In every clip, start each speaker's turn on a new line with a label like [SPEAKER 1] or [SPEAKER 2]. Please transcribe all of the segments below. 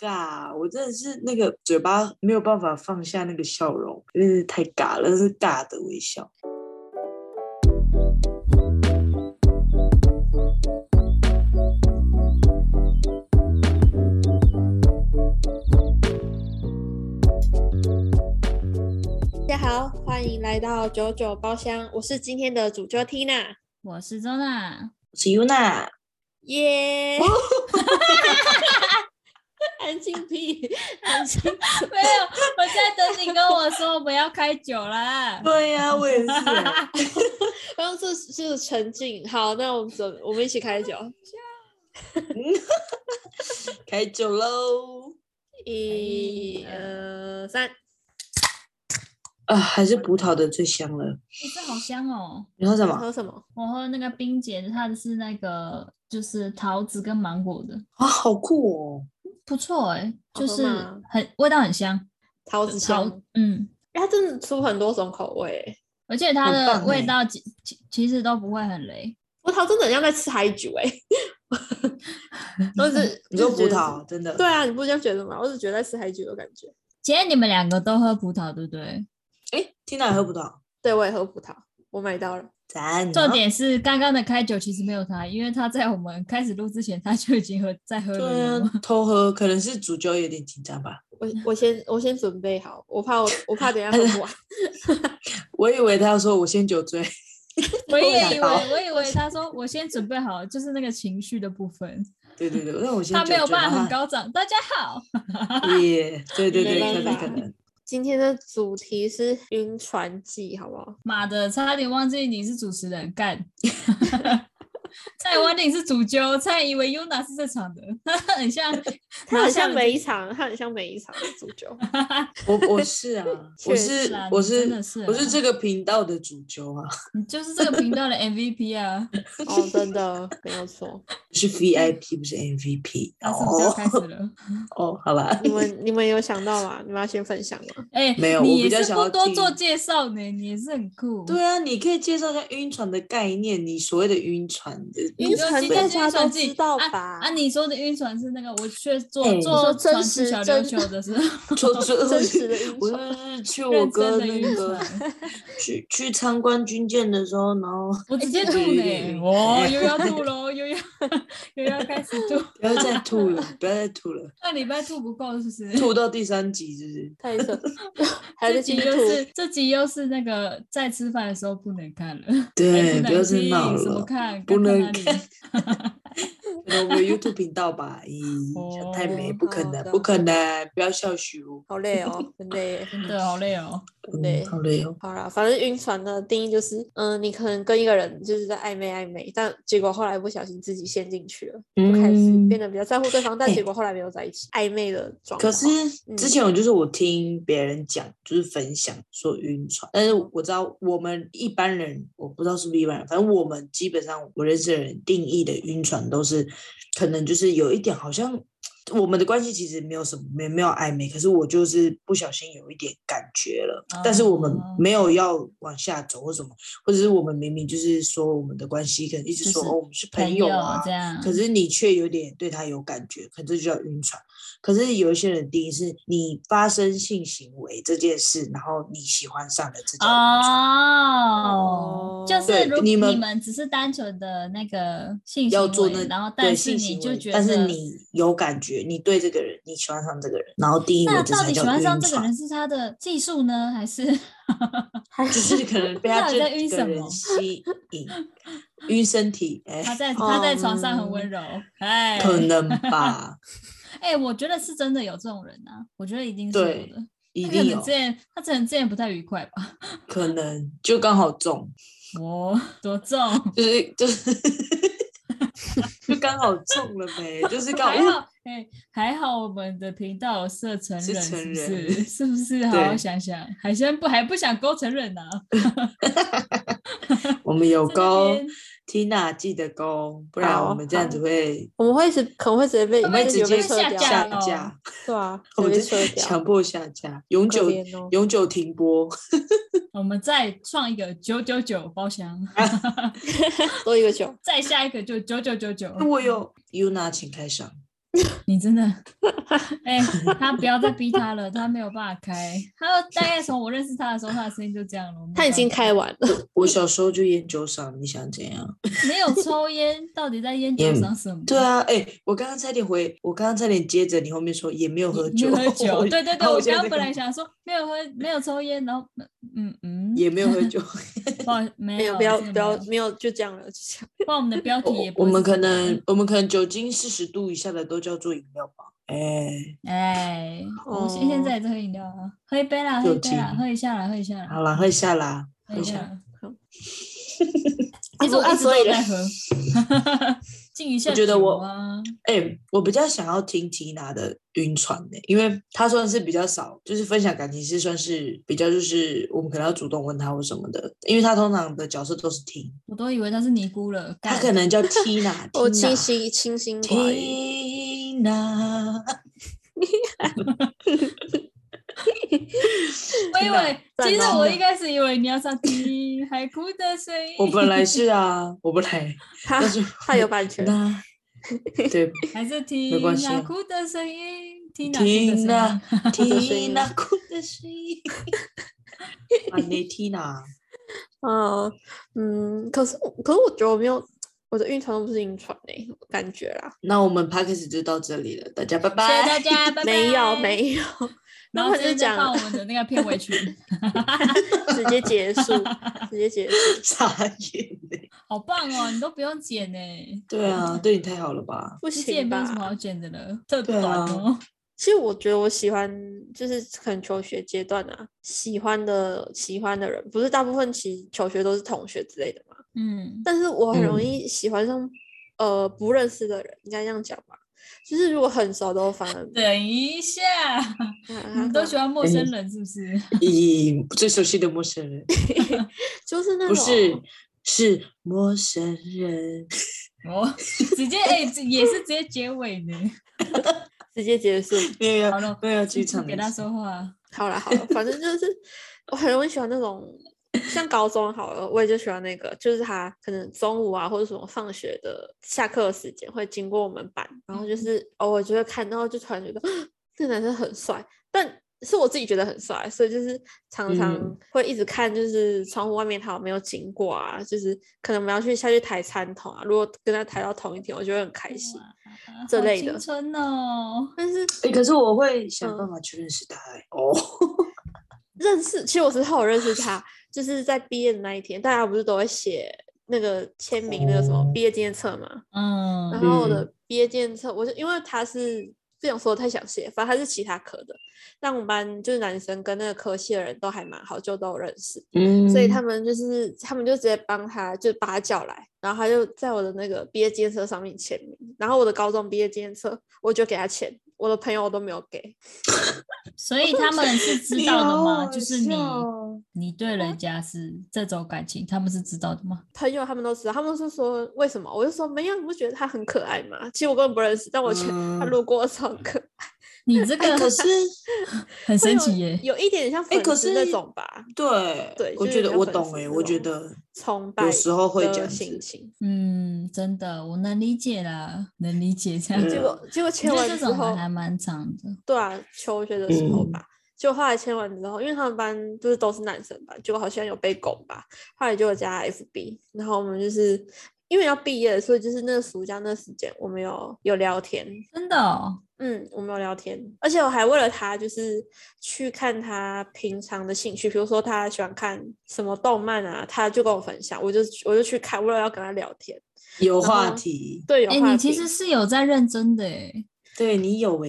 [SPEAKER 1] 尬，我真的是那个嘴巴没有办法放下那个笑容，因为太尬了，是尬的微笑。
[SPEAKER 2] 大家好，欢迎来到九九包厢，我是今天的主角 Tina，
[SPEAKER 3] 我是周娜，
[SPEAKER 1] 我是 Yuna，
[SPEAKER 2] 耶！
[SPEAKER 1] 哦
[SPEAKER 2] 安静屁，安静，
[SPEAKER 3] 没有，我在等你跟我说不要开酒啦。
[SPEAKER 1] 对呀、我也是欸。
[SPEAKER 2] 刚刚是是沉静。好，那我们怎我们一起开酒？
[SPEAKER 1] 开酒喽！
[SPEAKER 2] 一、
[SPEAKER 3] 哎
[SPEAKER 1] 呃
[SPEAKER 2] 二、三，
[SPEAKER 1] 啊，还是葡萄的最香了。
[SPEAKER 3] 欸这好香哦！
[SPEAKER 1] 你喝什么？
[SPEAKER 2] 喝什么？
[SPEAKER 3] 我喝那个冰姐，它的是那个就是桃子跟芒果的，
[SPEAKER 1] 啊，好酷哦！
[SPEAKER 3] 不错哎、
[SPEAKER 2] 好喝
[SPEAKER 3] 就是
[SPEAKER 2] 吗
[SPEAKER 3] 很味道很香，
[SPEAKER 2] 桃子香
[SPEAKER 3] 桃。嗯，
[SPEAKER 2] 它真的出很多种口味，
[SPEAKER 3] 而且它
[SPEAKER 1] 很
[SPEAKER 3] 的
[SPEAKER 1] 棒欸
[SPEAKER 3] 味道其其其实都不会很雷。
[SPEAKER 2] 葡萄真的很像在吃海酒哎， 我只
[SPEAKER 1] 你说
[SPEAKER 2] 我只
[SPEAKER 1] 葡
[SPEAKER 2] 觉得
[SPEAKER 1] 萄真的？
[SPEAKER 2] 对啊，你不这样觉得吗？我只觉得在吃海酒的感觉。
[SPEAKER 3] 姐，你们两个都喝葡萄对不对？
[SPEAKER 1] 哎，Tina 也喝葡萄，
[SPEAKER 2] 对，我也喝葡萄，我买到了。
[SPEAKER 1] 赞哦。
[SPEAKER 3] 重点是刚刚的开酒其实没有他，因为他在我们开始录之前他就已经喝在喝
[SPEAKER 1] 对
[SPEAKER 3] 了有
[SPEAKER 1] 啊
[SPEAKER 3] 吗。，
[SPEAKER 1] 偷喝可能是主角有点紧张吧。
[SPEAKER 2] 我我先我先准备好，我怕我我怕等一下 喝不完。
[SPEAKER 1] 我以为他要说我先酒醉，
[SPEAKER 3] 我也
[SPEAKER 1] 奶
[SPEAKER 3] 以为，
[SPEAKER 1] 包
[SPEAKER 3] 我以为他说我先准备好，就是那个情绪的部分，
[SPEAKER 1] 对对对，那我先
[SPEAKER 3] 他
[SPEAKER 1] 酒醉。
[SPEAKER 3] 没有办法很
[SPEAKER 1] 然
[SPEAKER 3] 高涨。大家好，
[SPEAKER 1] 后他。耶，对对对，
[SPEAKER 2] 没
[SPEAKER 1] 可能
[SPEAKER 2] 办
[SPEAKER 1] 可
[SPEAKER 2] 法
[SPEAKER 1] 能。
[SPEAKER 2] 今天的主题是晕船记，好不好？
[SPEAKER 3] 妈的，差点忘记你是主持 人，干！差点忘记你是主揪，差点以为 Yuna 是这场的，很像，
[SPEAKER 2] 他很像
[SPEAKER 3] 你
[SPEAKER 2] 每一场，他很像每一场的主角。
[SPEAKER 1] 我 我是啊，我
[SPEAKER 2] 确
[SPEAKER 1] 是
[SPEAKER 3] 实啊
[SPEAKER 1] 我
[SPEAKER 3] 你真
[SPEAKER 1] 是
[SPEAKER 3] 的是
[SPEAKER 1] 我是
[SPEAKER 3] 啊
[SPEAKER 1] 这个频道的主角啊，
[SPEAKER 3] 你就是这个频道的 MVP 啊！
[SPEAKER 2] 哦，真的没有错。
[SPEAKER 1] 不是 VIP，不是 MVP。
[SPEAKER 3] 那是不是要
[SPEAKER 1] 哦
[SPEAKER 3] 开始了？
[SPEAKER 1] 哦，好吧，
[SPEAKER 2] 你们你们有想到吗？你们要先分享吗？
[SPEAKER 3] 哎、
[SPEAKER 1] 没有我
[SPEAKER 3] 你
[SPEAKER 1] 比较
[SPEAKER 3] 也是
[SPEAKER 1] 想要
[SPEAKER 3] 不多做
[SPEAKER 1] 听
[SPEAKER 3] 介绍呢，你也是很酷。
[SPEAKER 1] 对啊，你可以介绍一下晕船的概念，你所谓的晕船的
[SPEAKER 3] 你
[SPEAKER 2] 晕
[SPEAKER 3] 就
[SPEAKER 2] 船
[SPEAKER 3] 今
[SPEAKER 2] 大
[SPEAKER 3] 天
[SPEAKER 2] 家
[SPEAKER 3] 晕
[SPEAKER 2] 都
[SPEAKER 3] 船自己
[SPEAKER 2] 知道
[SPEAKER 3] 啊
[SPEAKER 2] 吧
[SPEAKER 3] 啊，你说的晕船是那个我去坐、
[SPEAKER 1] 哎
[SPEAKER 3] 坐
[SPEAKER 2] 你说真
[SPEAKER 3] 船去
[SPEAKER 2] 实
[SPEAKER 3] 小
[SPEAKER 2] 真
[SPEAKER 3] 琉球的时候，
[SPEAKER 1] 说说
[SPEAKER 2] 真实的晕
[SPEAKER 1] 我
[SPEAKER 2] 船，
[SPEAKER 1] 就是去我
[SPEAKER 3] 认
[SPEAKER 1] 哥
[SPEAKER 3] 真的
[SPEAKER 1] 那
[SPEAKER 3] 晕
[SPEAKER 1] 个
[SPEAKER 3] 船。
[SPEAKER 1] 去去参观军舰的时候，然 后
[SPEAKER 3] 我直接吐
[SPEAKER 1] 对
[SPEAKER 3] 呢、
[SPEAKER 1] 对对
[SPEAKER 3] 哦，又要 吐喽，又要又要开始吐。
[SPEAKER 1] 不要再吐了，不要再吐了，
[SPEAKER 3] 那礼拜吐不够是不是？
[SPEAKER 1] 吐到第三集就是
[SPEAKER 2] 太 扯， 还
[SPEAKER 3] 这
[SPEAKER 2] 在
[SPEAKER 3] 集
[SPEAKER 2] 进
[SPEAKER 3] 又
[SPEAKER 2] 度
[SPEAKER 3] 是这集又是那个在吃饭的时候不能看了，
[SPEAKER 1] 对，
[SPEAKER 3] 还
[SPEAKER 1] 不要
[SPEAKER 3] 哎能
[SPEAKER 1] 再
[SPEAKER 3] 听
[SPEAKER 1] 闹
[SPEAKER 3] 怎么
[SPEAKER 1] 了，
[SPEAKER 3] 看？
[SPEAKER 1] 不
[SPEAKER 3] 该
[SPEAKER 1] 能
[SPEAKER 3] 哪里
[SPEAKER 1] 看。可能我 YouTube 频道吧，咦，
[SPEAKER 3] 哦
[SPEAKER 1] 想太美，不可
[SPEAKER 2] 好
[SPEAKER 1] 能，
[SPEAKER 2] 的
[SPEAKER 1] 不可能，不要笑虚我，
[SPEAKER 2] 好累 哦，很累耶，
[SPEAKER 3] 真的好累哦。
[SPEAKER 2] 很累
[SPEAKER 1] 嗯，。好累哦。
[SPEAKER 2] 好啦，反正晕船的定义就是，嗯、你可能跟一个人就是在暧昧暧昧，但结果后来不小心自己陷进去了，就开始
[SPEAKER 1] 嗯
[SPEAKER 2] 变得比较在乎对方，但
[SPEAKER 1] 哎
[SPEAKER 2] 结果后来没有在一起，暧昧的状
[SPEAKER 1] 可
[SPEAKER 2] 况。
[SPEAKER 1] 是
[SPEAKER 2] 嗯
[SPEAKER 1] 之前我就是我听别人讲，就是分享说晕船，但是我知道我们一般人，我不知道是不是一般人，反正我们基本上我认识的人定义的晕船都是，可能就是有一点好像我们的关系其实没有什么没没有暧昧，可是我就是不小心有一点感觉了，但是我们
[SPEAKER 3] 哦
[SPEAKER 1] 没有要往下走或什么，或者是我们明明就是说我们的关系可能一直
[SPEAKER 3] 就
[SPEAKER 1] 说
[SPEAKER 3] 是
[SPEAKER 1] 哦我们是
[SPEAKER 3] 朋
[SPEAKER 1] 朋友啊
[SPEAKER 3] 这样，
[SPEAKER 1] 可是你却有点对他有感觉，可能这就叫晕船。可是有一些人的定义是你发生性行为这件事，然后你喜欢上了这叫晕船。
[SPEAKER 3] 哦
[SPEAKER 2] 哦，
[SPEAKER 3] 就是
[SPEAKER 1] 对
[SPEAKER 3] 如
[SPEAKER 1] 你们
[SPEAKER 3] 你们只是单纯的那个性行
[SPEAKER 1] 要
[SPEAKER 3] 为，
[SPEAKER 1] 做那
[SPEAKER 3] 然后
[SPEAKER 1] 对
[SPEAKER 3] 但
[SPEAKER 1] 性
[SPEAKER 3] 是你
[SPEAKER 1] 行
[SPEAKER 3] 就
[SPEAKER 1] 为
[SPEAKER 3] 觉，得，
[SPEAKER 1] 但是你有感觉，你对这个人，你喜欢上这个人，然后定义为
[SPEAKER 3] 那
[SPEAKER 1] 这
[SPEAKER 3] 到
[SPEAKER 1] 才
[SPEAKER 3] 底喜
[SPEAKER 1] 叫
[SPEAKER 3] 欢
[SPEAKER 1] 晕
[SPEAKER 3] 上这个
[SPEAKER 1] 船，
[SPEAKER 3] 人是他的技术呢，还是？
[SPEAKER 2] 还
[SPEAKER 1] 只是可能被
[SPEAKER 3] 到
[SPEAKER 1] 他
[SPEAKER 3] 底
[SPEAKER 1] 这
[SPEAKER 3] 在晕
[SPEAKER 1] 个
[SPEAKER 3] 什
[SPEAKER 1] 人
[SPEAKER 3] 么
[SPEAKER 1] 吸引，晕身体，
[SPEAKER 3] 他
[SPEAKER 1] 哎，
[SPEAKER 3] 在他在床上很温柔，哎、
[SPEAKER 1] 可 能吧，
[SPEAKER 3] 哎、我觉得是真的有这种人啊，我觉得一定是有
[SPEAKER 1] 对
[SPEAKER 3] 的。
[SPEAKER 1] 一
[SPEAKER 3] 他
[SPEAKER 1] 定
[SPEAKER 3] 可
[SPEAKER 1] 有
[SPEAKER 3] 能之，前他可能之前不太愉快吧？
[SPEAKER 1] 可能就刚好中，
[SPEAKER 3] 哦，多重？
[SPEAKER 1] 就是就是， 就刚好中了呗，就是刚
[SPEAKER 3] 还
[SPEAKER 1] 好
[SPEAKER 3] 好，哎、还好我们的频道有设成
[SPEAKER 1] 是
[SPEAKER 3] 人，
[SPEAKER 1] 成
[SPEAKER 3] 是不
[SPEAKER 1] 人
[SPEAKER 3] 是？ 是不是？好好
[SPEAKER 1] 对
[SPEAKER 3] 想想，还先不还不想勾成人呢、啊？
[SPEAKER 1] 我们有
[SPEAKER 3] 在那
[SPEAKER 1] 勾
[SPEAKER 3] 边
[SPEAKER 1] ，Tina 记得勾，不然
[SPEAKER 2] 好
[SPEAKER 1] 我们这样子会
[SPEAKER 2] 我们会是可能会直接被
[SPEAKER 3] 我
[SPEAKER 1] 我们
[SPEAKER 3] 们
[SPEAKER 1] 直
[SPEAKER 2] 直
[SPEAKER 1] 接
[SPEAKER 2] 接被撤
[SPEAKER 3] 下
[SPEAKER 2] 掉，
[SPEAKER 1] 下
[SPEAKER 3] 哦
[SPEAKER 1] 架，
[SPEAKER 2] 对啊，
[SPEAKER 1] 我
[SPEAKER 2] 直
[SPEAKER 1] 们
[SPEAKER 2] 接
[SPEAKER 1] 直接
[SPEAKER 2] 撤掉，
[SPEAKER 1] 强迫下架，永
[SPEAKER 2] 可
[SPEAKER 1] 久
[SPEAKER 2] 怜哦
[SPEAKER 1] 永久停播，
[SPEAKER 3] 我们再创一个九九九包厢，
[SPEAKER 2] 多一个酒。
[SPEAKER 3] 再下一个就九九九九。
[SPEAKER 1] 我有 Yuna 请开场，
[SPEAKER 3] 你真的，哎、他不要再逼他了，他没有办法开。他大概从我认识他的时候，他的声音就这样了。我没
[SPEAKER 2] 他已
[SPEAKER 3] 办
[SPEAKER 2] 经
[SPEAKER 1] 啊
[SPEAKER 3] 法
[SPEAKER 2] 开完了，
[SPEAKER 1] 我小时候就烟酒嗓，你想怎样？
[SPEAKER 3] 没有抽烟，到底在烟酒
[SPEAKER 1] 嗯
[SPEAKER 3] 上什么？
[SPEAKER 1] 对啊，哎、我刚刚差点回，我刚刚差点接着你后面说也没有喝
[SPEAKER 3] 没
[SPEAKER 1] 酒，
[SPEAKER 3] 有喝 酒，
[SPEAKER 1] 我
[SPEAKER 3] 对对对，
[SPEAKER 1] 然后
[SPEAKER 3] 我
[SPEAKER 1] 现
[SPEAKER 3] 刚
[SPEAKER 1] 在
[SPEAKER 3] 刚本
[SPEAKER 1] 在
[SPEAKER 3] 来想说没有喝，没有抽烟，然后嗯嗯，
[SPEAKER 1] 也没有喝酒，
[SPEAKER 3] 不好意思没
[SPEAKER 2] 没
[SPEAKER 3] 有
[SPEAKER 2] 不要
[SPEAKER 3] 真的
[SPEAKER 2] 不要
[SPEAKER 3] 没有
[SPEAKER 2] 没有就这样了，就这样。
[SPEAKER 3] 不然我们的标题也不
[SPEAKER 1] 我
[SPEAKER 3] 会
[SPEAKER 1] 们
[SPEAKER 3] 是嗯
[SPEAKER 1] 可
[SPEAKER 3] 这样
[SPEAKER 1] 能我们可能酒精四十度以下的都叫做饮料吧。哎、
[SPEAKER 3] 哎，我现现
[SPEAKER 2] 哦
[SPEAKER 3] 在也在喝饮料啊，喝一杯啦，喝
[SPEAKER 1] 酒
[SPEAKER 3] 一杯啦，
[SPEAKER 1] 精
[SPEAKER 3] 喝一下啦，喝一下啦，
[SPEAKER 1] 好啦，喝一下啦，
[SPEAKER 3] 喝
[SPEAKER 1] 喝
[SPEAKER 3] 一
[SPEAKER 1] 一
[SPEAKER 3] 下
[SPEAKER 1] 下。
[SPEAKER 3] 啦。
[SPEAKER 2] 啊
[SPEAKER 3] 其实我
[SPEAKER 2] 啊
[SPEAKER 3] 一直
[SPEAKER 2] 所
[SPEAKER 3] 都
[SPEAKER 2] 以
[SPEAKER 3] 有
[SPEAKER 2] 嘞
[SPEAKER 3] 在喝， 敬一下
[SPEAKER 1] 觉得
[SPEAKER 3] 酒
[SPEAKER 1] 我
[SPEAKER 3] 啊，
[SPEAKER 1] 哎、我比较想要听缇娜的晕船呢、因为她算是比较少，就是分享感情是算是比较，就是我们可能要主动问她或什么的，因为她通常的角色都是听，
[SPEAKER 3] 我都以为他是尼姑了，
[SPEAKER 1] 她
[SPEAKER 3] 干
[SPEAKER 1] 可能叫 Tina，
[SPEAKER 2] 我清晰清心寡欲，
[SPEAKER 1] Tina，
[SPEAKER 3] 我以为，
[SPEAKER 2] 赞
[SPEAKER 3] 其实
[SPEAKER 2] 哦
[SPEAKER 3] 我一开始以为你要唱《听海哭的声音
[SPEAKER 1] 我》，本来是啊，我本来，
[SPEAKER 2] 他
[SPEAKER 1] 但是
[SPEAKER 2] 他有版权，
[SPEAKER 1] 那对
[SPEAKER 3] 还是听
[SPEAKER 1] 没关系啊啊
[SPEAKER 3] 海哭的声音，听哪哭
[SPEAKER 1] Tina？
[SPEAKER 3] 的声音
[SPEAKER 2] 声音
[SPEAKER 1] Tina 哭的声音，啊，你 Tina，
[SPEAKER 2] 哦，嗯，可是我可是我觉得我没有我的晕船都不是晕船诶、我感觉啦，
[SPEAKER 1] 那我们 p a c k a g e 就到这里了，大家拜
[SPEAKER 3] 谢谢
[SPEAKER 1] 拜。
[SPEAKER 3] 大 家，拜拜。
[SPEAKER 2] 没有没有，那
[SPEAKER 3] 然后
[SPEAKER 2] 我
[SPEAKER 3] 直接
[SPEAKER 2] 就
[SPEAKER 3] 再
[SPEAKER 2] 讲
[SPEAKER 3] 放我们的那个片 尾曲，
[SPEAKER 2] 直接 结束，直接结束。
[SPEAKER 1] 傻眼嘞！
[SPEAKER 3] 好棒哦，你都不用剪呢、
[SPEAKER 1] 对啊，对你太好了 吧？
[SPEAKER 2] 不
[SPEAKER 3] 其实也
[SPEAKER 2] 行
[SPEAKER 3] 没有什么
[SPEAKER 2] 吧
[SPEAKER 3] 好？剪的了，特
[SPEAKER 1] 对啊
[SPEAKER 3] 短哦。
[SPEAKER 2] 其实我觉得我喜欢，就是可能求学阶段啊，喜欢的喜欢的人，不是大部分其实求学都是同学之类的嘛。
[SPEAKER 3] 嗯，
[SPEAKER 2] 但是我很容
[SPEAKER 1] 嗯
[SPEAKER 2] 易喜欢上、呃不认识的人，应该这样讲吧。就是如果很熟的，我反而
[SPEAKER 3] 等一下，
[SPEAKER 2] 啊啊
[SPEAKER 3] 你都喜
[SPEAKER 2] 啊
[SPEAKER 3] 欢陌生人是不 是？
[SPEAKER 1] 以最熟悉的陌生人，
[SPEAKER 2] 就是那
[SPEAKER 1] 不
[SPEAKER 2] 种
[SPEAKER 1] 是是陌生 人。
[SPEAKER 3] 哦，直接哎、这也是直接结尾呢。
[SPEAKER 2] 直接结束。
[SPEAKER 1] 没有
[SPEAKER 3] 好了，
[SPEAKER 1] 没有
[SPEAKER 3] 继
[SPEAKER 1] 剧
[SPEAKER 3] 续
[SPEAKER 1] 场
[SPEAKER 3] 给他说话。
[SPEAKER 2] 好了好了，反正就是我很容易喜欢那种，像高中好了，我也就喜欢那个，就是他可能中午啊或者什么放学的下课的时间会经过我们班，然后就是偶尔就会看到，就突然觉得这个男生很帅，但。是我自己觉得很帅，所以就是常常
[SPEAKER 1] 嗯
[SPEAKER 2] 会一直看，就是窗户外面他有没有经过啊，就是可能我们要去下去抬餐桶啊，如果跟他抬到同一天，我就会很开心。
[SPEAKER 3] 哇
[SPEAKER 2] 这
[SPEAKER 3] 好
[SPEAKER 2] 类的
[SPEAKER 3] 青春哦。
[SPEAKER 2] 但是
[SPEAKER 1] 哎、可是我会
[SPEAKER 2] 嗯
[SPEAKER 1] 想办法去认识他、欸。哦，
[SPEAKER 2] 认识，其实我是后有认识他，就是在毕业的那一天，大家不是都会写那个签名那个什么
[SPEAKER 1] 哦
[SPEAKER 2] 毕业纪念册嘛？然
[SPEAKER 1] 啊
[SPEAKER 3] 嗯
[SPEAKER 2] 后我的毕业纪念册，我就因为他是不想说得太详细，反正他是其他科的，但我们班就是男生跟那个科系的人都还蛮好，就都有认识，
[SPEAKER 1] 嗯
[SPEAKER 2] 所以他们就是他们就直接帮他，就把他叫来，然后他就在我的那个毕业纪念册上面签名，然后我的高中毕业纪念册我就给他签，我的朋友我都没有给，
[SPEAKER 3] 所以他们是知道的吗？就是你
[SPEAKER 1] 好好笑哦
[SPEAKER 3] 你对人家是这种感情，他们是知道的吗？
[SPEAKER 2] 朋友他们都知道，他们是说为什么？我就说没有，你不觉得他很可爱吗？其实我根本不认识，但我觉得他
[SPEAKER 1] 嗯
[SPEAKER 2] 路过的时候很 可爱，
[SPEAKER 3] 你这
[SPEAKER 1] 哎、
[SPEAKER 3] 个
[SPEAKER 1] 可 是
[SPEAKER 3] 很
[SPEAKER 2] 会
[SPEAKER 3] 神
[SPEAKER 2] 有
[SPEAKER 3] 奇耶，
[SPEAKER 2] 有一点像
[SPEAKER 1] 哎
[SPEAKER 2] 粉
[SPEAKER 1] 可
[SPEAKER 2] 丝
[SPEAKER 1] 是
[SPEAKER 2] 那种吧，
[SPEAKER 1] 对
[SPEAKER 2] 对
[SPEAKER 1] 我
[SPEAKER 2] 就
[SPEAKER 1] 觉
[SPEAKER 2] 是
[SPEAKER 1] 得
[SPEAKER 2] 比较
[SPEAKER 1] 我
[SPEAKER 2] 粉
[SPEAKER 1] 懂
[SPEAKER 2] 丝
[SPEAKER 1] 哎、
[SPEAKER 2] 那
[SPEAKER 1] 我觉
[SPEAKER 2] 种
[SPEAKER 1] 得
[SPEAKER 2] 崇拜
[SPEAKER 1] 有时候会这
[SPEAKER 2] 的
[SPEAKER 1] 样
[SPEAKER 2] 心
[SPEAKER 1] 子。
[SPEAKER 2] 情。
[SPEAKER 3] 嗯，真的，我能理解啦，能理解这样
[SPEAKER 1] 嗯
[SPEAKER 3] 子。
[SPEAKER 2] 结
[SPEAKER 3] 我
[SPEAKER 2] 果结果
[SPEAKER 3] 觉
[SPEAKER 2] 签
[SPEAKER 3] 得
[SPEAKER 2] 完
[SPEAKER 3] 这
[SPEAKER 2] 之
[SPEAKER 3] 种
[SPEAKER 2] 后
[SPEAKER 3] 人，还蛮长的，
[SPEAKER 2] 对啊，求学的时候
[SPEAKER 1] 嗯
[SPEAKER 2] 吧。就后来签完之后，因为他们班就是都是男生吧，结果好像有被拱吧，后来就有加 FB，然后我们就是因为要毕业了，所以就是那个暑假那时间，我们有有聊天，
[SPEAKER 3] 真的哦。
[SPEAKER 2] 嗯，我们有聊天，而且我还为了他，就是去看他平常的兴趣，比如说他喜欢看什么动漫啊，他就跟我分享，我就我就去看，为了要跟他聊天，
[SPEAKER 1] 有
[SPEAKER 2] 然
[SPEAKER 1] 话
[SPEAKER 2] 后
[SPEAKER 1] 题，
[SPEAKER 2] 对，有
[SPEAKER 3] 哎，
[SPEAKER 2] 话
[SPEAKER 3] 你其
[SPEAKER 2] 题
[SPEAKER 3] 实是有在认真的哎，
[SPEAKER 1] 对你有哎、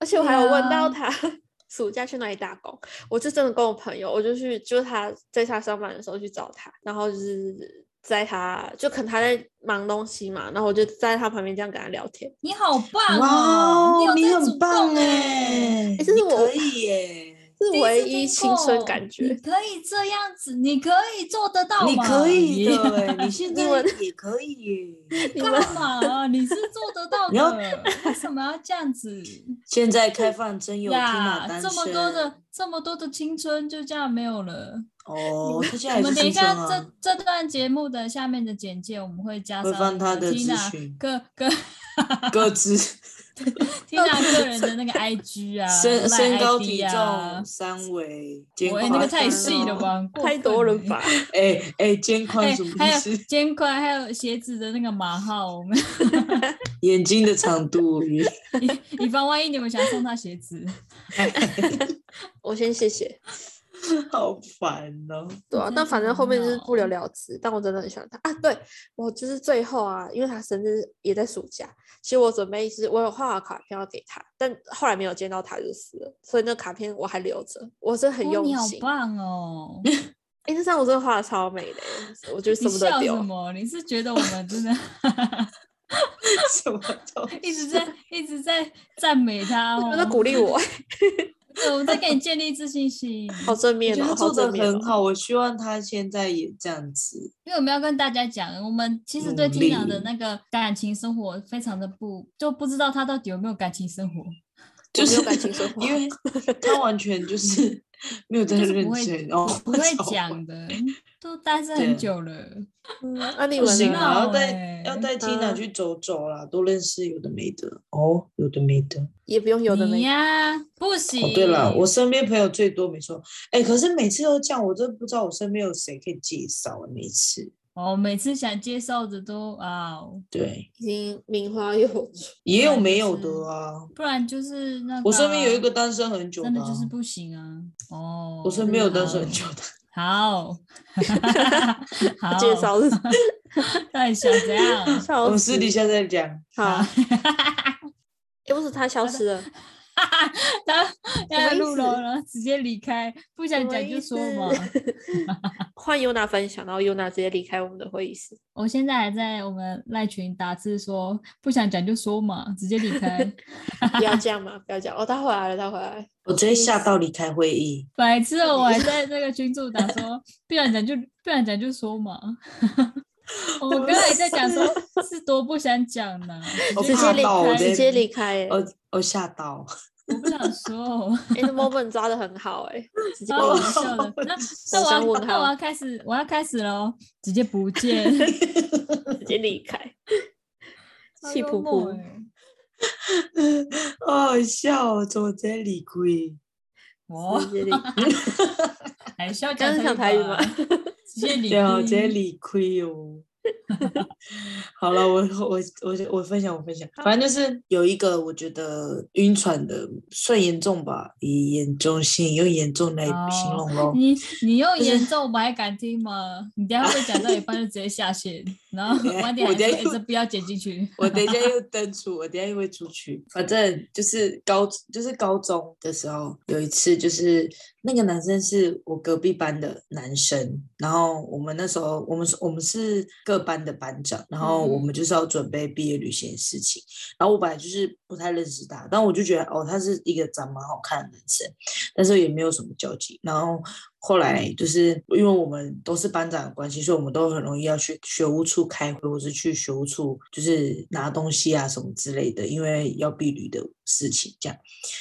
[SPEAKER 2] 而且我还有问到
[SPEAKER 3] 啊
[SPEAKER 2] 他 暑假去哪里打工，我就真的跟我朋友，我就去，就是他在他上班的时候去找他，然后就是在他就可能他在忙东西嘛，然后我就在他旁边这样跟他聊天，
[SPEAKER 3] 你好棒
[SPEAKER 1] 哇
[SPEAKER 3] 哦，
[SPEAKER 1] 哦，
[SPEAKER 3] 你有在主
[SPEAKER 1] 很棒
[SPEAKER 3] 动哎。
[SPEAKER 1] 哎、
[SPEAKER 2] 欸这是
[SPEAKER 1] 你
[SPEAKER 2] 我
[SPEAKER 1] 可以欸耶、
[SPEAKER 2] 这是
[SPEAKER 3] 第次
[SPEAKER 2] 唯一
[SPEAKER 3] 听
[SPEAKER 2] 青春
[SPEAKER 3] 过
[SPEAKER 2] 感
[SPEAKER 3] 你
[SPEAKER 2] 觉。
[SPEAKER 3] 可以这样子，你可以做得到吗？
[SPEAKER 1] 你可以 的哎、你现
[SPEAKER 2] 你
[SPEAKER 1] 在
[SPEAKER 2] 们
[SPEAKER 1] 也可以耶、
[SPEAKER 2] 你们
[SPEAKER 3] 干嘛？啊你是做得到
[SPEAKER 1] 你要
[SPEAKER 3] 的，为什么要这样子
[SPEAKER 1] 现在开放真有 Tina
[SPEAKER 3] 呀？
[SPEAKER 1] 单身，
[SPEAKER 3] 这么多的这么多的青春就这样没有了。
[SPEAKER 1] 哦，他现在
[SPEAKER 3] 我
[SPEAKER 1] 还
[SPEAKER 3] 们
[SPEAKER 1] 是
[SPEAKER 3] 等一
[SPEAKER 1] 青春
[SPEAKER 3] 下这
[SPEAKER 1] 啊，
[SPEAKER 3] 这段节目的下面的简介，我们会加
[SPEAKER 1] 会
[SPEAKER 3] 上
[SPEAKER 1] 放他的资
[SPEAKER 3] Tina
[SPEAKER 1] 讯
[SPEAKER 3] 各各
[SPEAKER 1] 各自
[SPEAKER 3] Tina 个人的那个 IG 啊，
[SPEAKER 1] 身
[SPEAKER 3] 赖
[SPEAKER 1] 身高
[SPEAKER 3] ID
[SPEAKER 1] 体
[SPEAKER 3] 啊
[SPEAKER 1] 重、，三围、肩
[SPEAKER 3] 我
[SPEAKER 1] 宽，
[SPEAKER 3] 那个
[SPEAKER 2] 好
[SPEAKER 3] 太
[SPEAKER 2] 烦
[SPEAKER 3] 细了
[SPEAKER 2] 哦
[SPEAKER 3] 吧，很过
[SPEAKER 2] 太多了
[SPEAKER 3] 分欸？
[SPEAKER 2] 吧？
[SPEAKER 1] 哎哎，肩宽
[SPEAKER 3] 哎
[SPEAKER 1] 什么，
[SPEAKER 3] 还
[SPEAKER 1] 意
[SPEAKER 3] 有
[SPEAKER 1] 思？
[SPEAKER 3] 肩宽，还有鞋子的那个码号，我们
[SPEAKER 1] 眼睛的长度，
[SPEAKER 3] 以防万一你们想送他鞋子，
[SPEAKER 2] 我先谢谢。
[SPEAKER 1] 好烦哦。
[SPEAKER 2] 对啊，但反正后面就是不了
[SPEAKER 3] 了。
[SPEAKER 2] 了之。但我真的很喜欢他啊！对我就是最后啊，因为他生日也在暑假，其实我准备是我有画好卡片要给他，但后来没有见到他就是了，所以那卡片我还留着，我真的 很
[SPEAKER 3] 哦
[SPEAKER 2] 用
[SPEAKER 3] 你好
[SPEAKER 2] 心。
[SPEAKER 3] 棒哦！
[SPEAKER 2] 哎、那张我真的画的超美的欸，我觉得舍
[SPEAKER 3] 你
[SPEAKER 2] 不得
[SPEAKER 3] 笑
[SPEAKER 2] 丢
[SPEAKER 3] 什。么？你是觉得我们真的
[SPEAKER 1] 什么 都
[SPEAKER 3] 一直在一直在赞美 他
[SPEAKER 2] 他
[SPEAKER 3] 哦？
[SPEAKER 2] 在鼓 励我，
[SPEAKER 3] 对，我们在给你建立自信心。
[SPEAKER 2] 好正
[SPEAKER 1] 我
[SPEAKER 2] 面
[SPEAKER 1] 觉
[SPEAKER 2] 哦，
[SPEAKER 1] 得
[SPEAKER 2] 好
[SPEAKER 1] 做的
[SPEAKER 2] 正面
[SPEAKER 1] 很
[SPEAKER 2] 哦。
[SPEAKER 1] 好，我希望他现在也这样子。
[SPEAKER 3] 因为我们要跟大家讲，我们其实对
[SPEAKER 1] 努
[SPEAKER 3] Tina 的
[SPEAKER 1] 力
[SPEAKER 3] 那个感情生活非常的不，就不知道她到底有没有感情生活，
[SPEAKER 1] 就
[SPEAKER 2] 没 有
[SPEAKER 1] 是
[SPEAKER 2] 感情生活
[SPEAKER 1] 因为他完全就是没有在
[SPEAKER 3] 嗯就是
[SPEAKER 1] 认
[SPEAKER 3] 不会
[SPEAKER 1] 真，然后
[SPEAKER 3] 不会
[SPEAKER 1] 哦 超
[SPEAKER 3] 讲的，都单身
[SPEAKER 1] 对
[SPEAKER 3] 很久了。
[SPEAKER 2] 嗯那你
[SPEAKER 1] 不
[SPEAKER 2] 们
[SPEAKER 1] 行
[SPEAKER 2] 呢？
[SPEAKER 1] 啊，要
[SPEAKER 3] 欸
[SPEAKER 1] 带要带
[SPEAKER 2] 啊
[SPEAKER 1] Tina 去走走啦，多认识有的没的哦，有的没的。
[SPEAKER 2] 也不用有的
[SPEAKER 3] 你
[SPEAKER 2] 没。
[SPEAKER 3] 呀、不行。
[SPEAKER 1] 哦，对了，我身边朋友最多，没错。哎，可是每次都这样，我真的不知道我身边有谁可以介绍。啊每次，
[SPEAKER 3] 哦，每次想介绍的都啊、
[SPEAKER 1] 对，
[SPEAKER 2] 已经名花有 主，
[SPEAKER 1] 也有
[SPEAKER 3] 那
[SPEAKER 1] 没
[SPEAKER 3] 就
[SPEAKER 1] 有
[SPEAKER 3] 是
[SPEAKER 1] 的啊。
[SPEAKER 3] 不然就是那个啊、
[SPEAKER 1] 我身边有一个单身很久
[SPEAKER 3] 真的
[SPEAKER 1] 啊
[SPEAKER 3] 就是不行啊。哦，
[SPEAKER 1] 我身边有单身
[SPEAKER 3] 好
[SPEAKER 1] 很久的，
[SPEAKER 3] 好，好，
[SPEAKER 2] 介绍是
[SPEAKER 3] 到底想怎 样？
[SPEAKER 1] 我
[SPEAKER 2] 笑
[SPEAKER 1] 们
[SPEAKER 2] 死
[SPEAKER 1] 私底下再讲。
[SPEAKER 2] 好，又不是他消失了，
[SPEAKER 3] 他
[SPEAKER 2] 么
[SPEAKER 3] 要
[SPEAKER 2] 意思
[SPEAKER 3] 录了，然后直接离开，不想讲就说嘛。
[SPEAKER 2] 什么意换尤娜分享，然后尤娜直接离开我们的会议 室。
[SPEAKER 3] 我现在还在我们赖群打字说不想讲就说嘛，直接离开。
[SPEAKER 2] 不要这样嘛，不要这样。哦，他回来了，他回来了。
[SPEAKER 1] 我直接吓到离开会议，
[SPEAKER 3] 白痴哦，我还在那个群主打 说不想讲就不想讲就说嘛。 我刚才在讲说是多不想讲呢，
[SPEAKER 1] 我
[SPEAKER 2] 直接
[SPEAKER 1] 怕
[SPEAKER 2] 离
[SPEAKER 1] 到我呃
[SPEAKER 2] 开，
[SPEAKER 1] 在
[SPEAKER 2] 直接离开、欸。
[SPEAKER 1] 我我吓到，
[SPEAKER 3] 我不想 说。
[SPEAKER 2] 哎、那 moment 抓的很好哎、直接
[SPEAKER 3] 超
[SPEAKER 1] 哦
[SPEAKER 3] 好
[SPEAKER 2] 离开。
[SPEAKER 3] 笑的。 那
[SPEAKER 2] 我
[SPEAKER 3] 那我
[SPEAKER 2] 想
[SPEAKER 3] 要
[SPEAKER 2] 问
[SPEAKER 3] 那我
[SPEAKER 2] 号
[SPEAKER 3] 要开始我要开始喽，直接不 见，
[SPEAKER 2] 直接离 开，
[SPEAKER 3] 超
[SPEAKER 2] 气
[SPEAKER 3] 幽
[SPEAKER 2] 噗
[SPEAKER 3] 默
[SPEAKER 2] 噗。
[SPEAKER 3] 欸
[SPEAKER 1] 好好笑哦，怎么直接理亏？
[SPEAKER 3] 哇哦
[SPEAKER 2] 直， 接离开，
[SPEAKER 3] 还哎需要
[SPEAKER 2] 刚
[SPEAKER 3] 讲
[SPEAKER 2] 刚讲台语吗
[SPEAKER 3] 吧？ 直 接理
[SPEAKER 1] 对啊，直接
[SPEAKER 3] 亏
[SPEAKER 1] 理亏哦。 好了，我我我我分享我分享，反正就是有一个我觉得晕船的算严重吧，以严重性用严重来形
[SPEAKER 3] 哦
[SPEAKER 1] 容咯。
[SPEAKER 3] 你你用严重，我们还敢听吗？你等一下会不会讲到一半就直接下线，然后晚点
[SPEAKER 1] 我
[SPEAKER 3] 还说
[SPEAKER 1] 等一
[SPEAKER 3] 哎
[SPEAKER 1] 下
[SPEAKER 3] 这不要剪进去。
[SPEAKER 1] 我等一下又登出，我等一下又会出去。反正就是高，就是高中的时候，有一次就是那个男生是我隔壁班的男生，然后我们那时候我们是我们是各班的班长，然后我
[SPEAKER 3] 嗯
[SPEAKER 1] 们就是要准备毕业旅行的事情。然后我本来就是不太认识他，但我就觉得哦，他是一个长蛮好看的男生，但是也没有什么交集。然后后来就是因为我们都是班长的关系，所以我们都很容易要去学务处开会，或是去学务处就是拿东西啊什么之类的，因为要避旅的事情这样。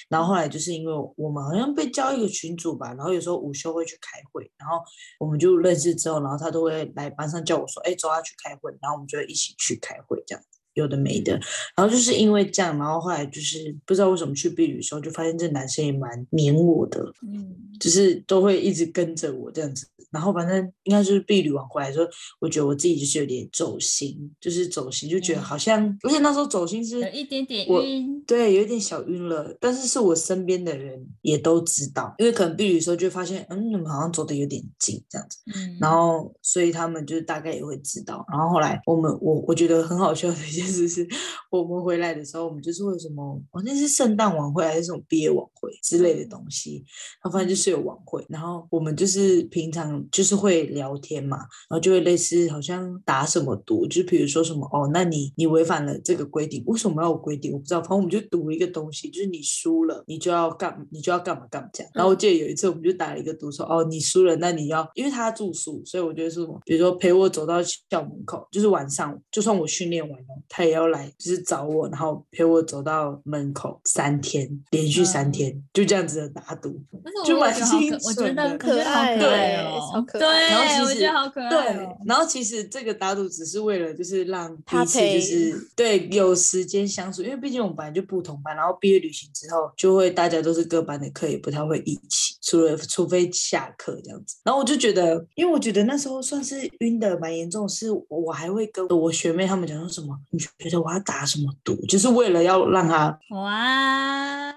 [SPEAKER 1] 然后后来就是因为我们好像被叫一个群组吧，然后有时候午休会去开会，然后我们就认识之后，然后他都会来班上叫我说，哎，走啊去开会，然后我们就会一起去开会这样。有的没的，然后就是因为这样，然后后来就是不知道为什么去避旅的时候，就发现这男生也蛮黏我的，
[SPEAKER 3] 嗯，
[SPEAKER 1] 就是都会一直跟着我这样子。然后反正应该就是避旅完回来之后，我觉得我自己就是有点走心，就是走心，就觉得
[SPEAKER 3] 嗯
[SPEAKER 1] 好像，而且那时候走心是
[SPEAKER 3] 有一点点
[SPEAKER 1] 嗯我
[SPEAKER 3] 晕。
[SPEAKER 1] 对，有一点小晕了，但是是我身边的人也都知道，因为可能避旅的时候就会发现，嗯，你们好像走的有点近这样子，
[SPEAKER 3] 嗯，
[SPEAKER 1] 然后所以他们就是大概也会知道。然后后来我们我我觉得很好笑的一件事是，我们回来的时候，我们就是会有什么，哦，那是圣诞晚会还是什么毕业晚会之类的东西，然后反正就是有晚会，然后我们就是平常就是会聊天嘛，然后就会类似好像打什么赌，就比如说什么哦，那你你违反了这个规定，为什么要有规定？我不知道，反正我们就赌一个东西，就是你输了，你就要干，你就要干嘛干嘛这样。然后
[SPEAKER 3] 嗯
[SPEAKER 1] 我记得有一次我们就打了一个赌，说哦，你输了，那你要，因为他住宿，所以我觉得是什么，比如说陪我走到校门口，就是晚上，就算我训练完了，他也要来，就是找我，然后陪我走到门口三天，连续三
[SPEAKER 3] 嗯
[SPEAKER 1] 天、就这样子的打赌。
[SPEAKER 3] 但是我
[SPEAKER 1] 就
[SPEAKER 3] 我
[SPEAKER 1] 蛮
[SPEAKER 3] 觉得好
[SPEAKER 1] 清
[SPEAKER 3] 可，我觉
[SPEAKER 1] 纯
[SPEAKER 3] 得
[SPEAKER 1] 的
[SPEAKER 3] 可
[SPEAKER 2] 可
[SPEAKER 3] 好
[SPEAKER 2] 爱
[SPEAKER 3] 可
[SPEAKER 2] 耶
[SPEAKER 3] 爱哦，
[SPEAKER 2] 超可爱
[SPEAKER 3] 对，
[SPEAKER 1] 然后其
[SPEAKER 3] 我
[SPEAKER 1] 实
[SPEAKER 3] 觉得好可
[SPEAKER 1] 对
[SPEAKER 3] 爱哦。，
[SPEAKER 1] 然后其实这个打赌只是为了就是让
[SPEAKER 2] 他
[SPEAKER 1] 彼此
[SPEAKER 2] 陪
[SPEAKER 1] 就是对有时间相处，因为毕竟我们本来就不同班，然后毕业旅行之后就会大家都是各班的课，也不太会一起，除了除非下课这样子。然后我就觉得，因为我觉得那时候算是晕的蛮严重，是我我还会跟我学妹她们讲说什么，你觉得我要打什么赌，就是为了要让她
[SPEAKER 3] 哇，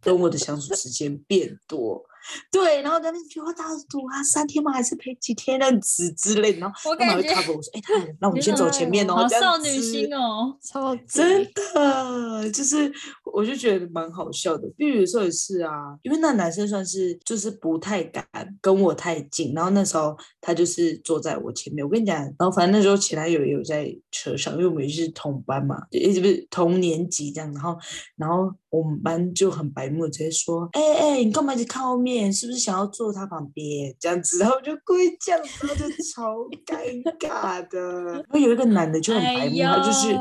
[SPEAKER 1] 跟我的相处时间变多。 对，然后他们觉得我打赌啊，三天吗？还是陪几天这样子之类的，然后
[SPEAKER 3] 我
[SPEAKER 1] 他们还
[SPEAKER 3] 感觉
[SPEAKER 1] 会 cover 我说，哎、他们那我们先走前面哦，
[SPEAKER 3] 好
[SPEAKER 1] 这样
[SPEAKER 3] 少女
[SPEAKER 1] 子
[SPEAKER 3] 心哦。
[SPEAKER 2] 超级
[SPEAKER 1] 真的就是，我就觉得蛮好笑的。碧宇的时候也是啊，因为那男生算是就是不太敢跟我太近，然后那时候他就是坐在我前面。我跟你讲，然后反正那时候前男友也有在车上，因为我们也是同班嘛，也不是同年级这样。然后，然后我们班就很白目，直接说：“哎、哎、你干嘛一直看后面？是不是想要坐他旁边？”这样子，然后我就故意这样子，然后就超尴尬的。然后有一个男的就很
[SPEAKER 3] 哎
[SPEAKER 1] 白目，
[SPEAKER 3] 呦，
[SPEAKER 1] 他就是。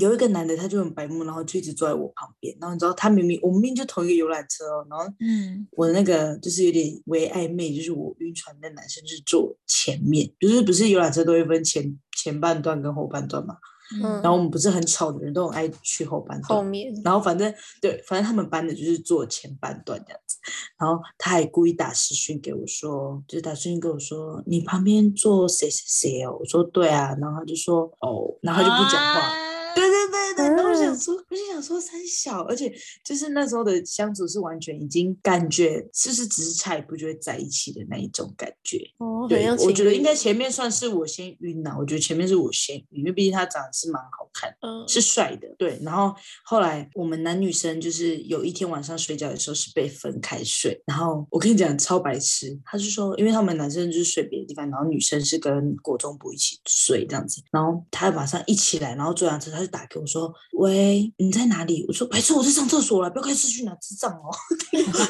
[SPEAKER 1] 有一个男的，他就很白目，然后就一直坐在我旁边。然后你知道，他明明我们明明就同一个游览车哦，然后
[SPEAKER 3] 嗯，
[SPEAKER 1] 我那个就是有点微暧昧，就是我晕船的男生是坐前面，就是不是游览车都会分前前半段跟后半段嘛？
[SPEAKER 3] 嗯，
[SPEAKER 1] 然后我们不是很吵的人都很爱去后半
[SPEAKER 2] 后
[SPEAKER 1] 段，
[SPEAKER 2] 面
[SPEAKER 1] 然后反正对，反正他们班的就是坐前半段这样子。然后他还故意打视讯给我说，就是打视讯跟我说你旁边坐谁谁谁哦，我说对啊，然后他就说哦，然后他就不讲话。
[SPEAKER 3] 啊
[SPEAKER 1] 对对对对，然后我
[SPEAKER 2] 嗯
[SPEAKER 1] 想说，我就想说三小，而且就是那时候的相处是完全已经感觉就是只是差一步就会在一起的那一种感觉。
[SPEAKER 2] 哦，很
[SPEAKER 1] 对，
[SPEAKER 2] 像
[SPEAKER 1] 我
[SPEAKER 2] 情
[SPEAKER 1] 觉得
[SPEAKER 2] 侣
[SPEAKER 1] 应该前面算是我先晕了、我觉得前面是我先晕，因为毕竟他长得是蛮好看的。
[SPEAKER 2] 嗯
[SPEAKER 1] 是帅的，对。然后后来我们男女生就是有一天晚上睡觉的时候是被分开睡，然后我跟你讲超白痴，他是说，因为他们男生就是睡别的地方，然后女生是跟国中部一起睡这样子，然后他晚上一起来，然后坐上车他就打给我说，喂，你在哪里？我说白痴，我在上厕所了，不要开视讯拿智障哦。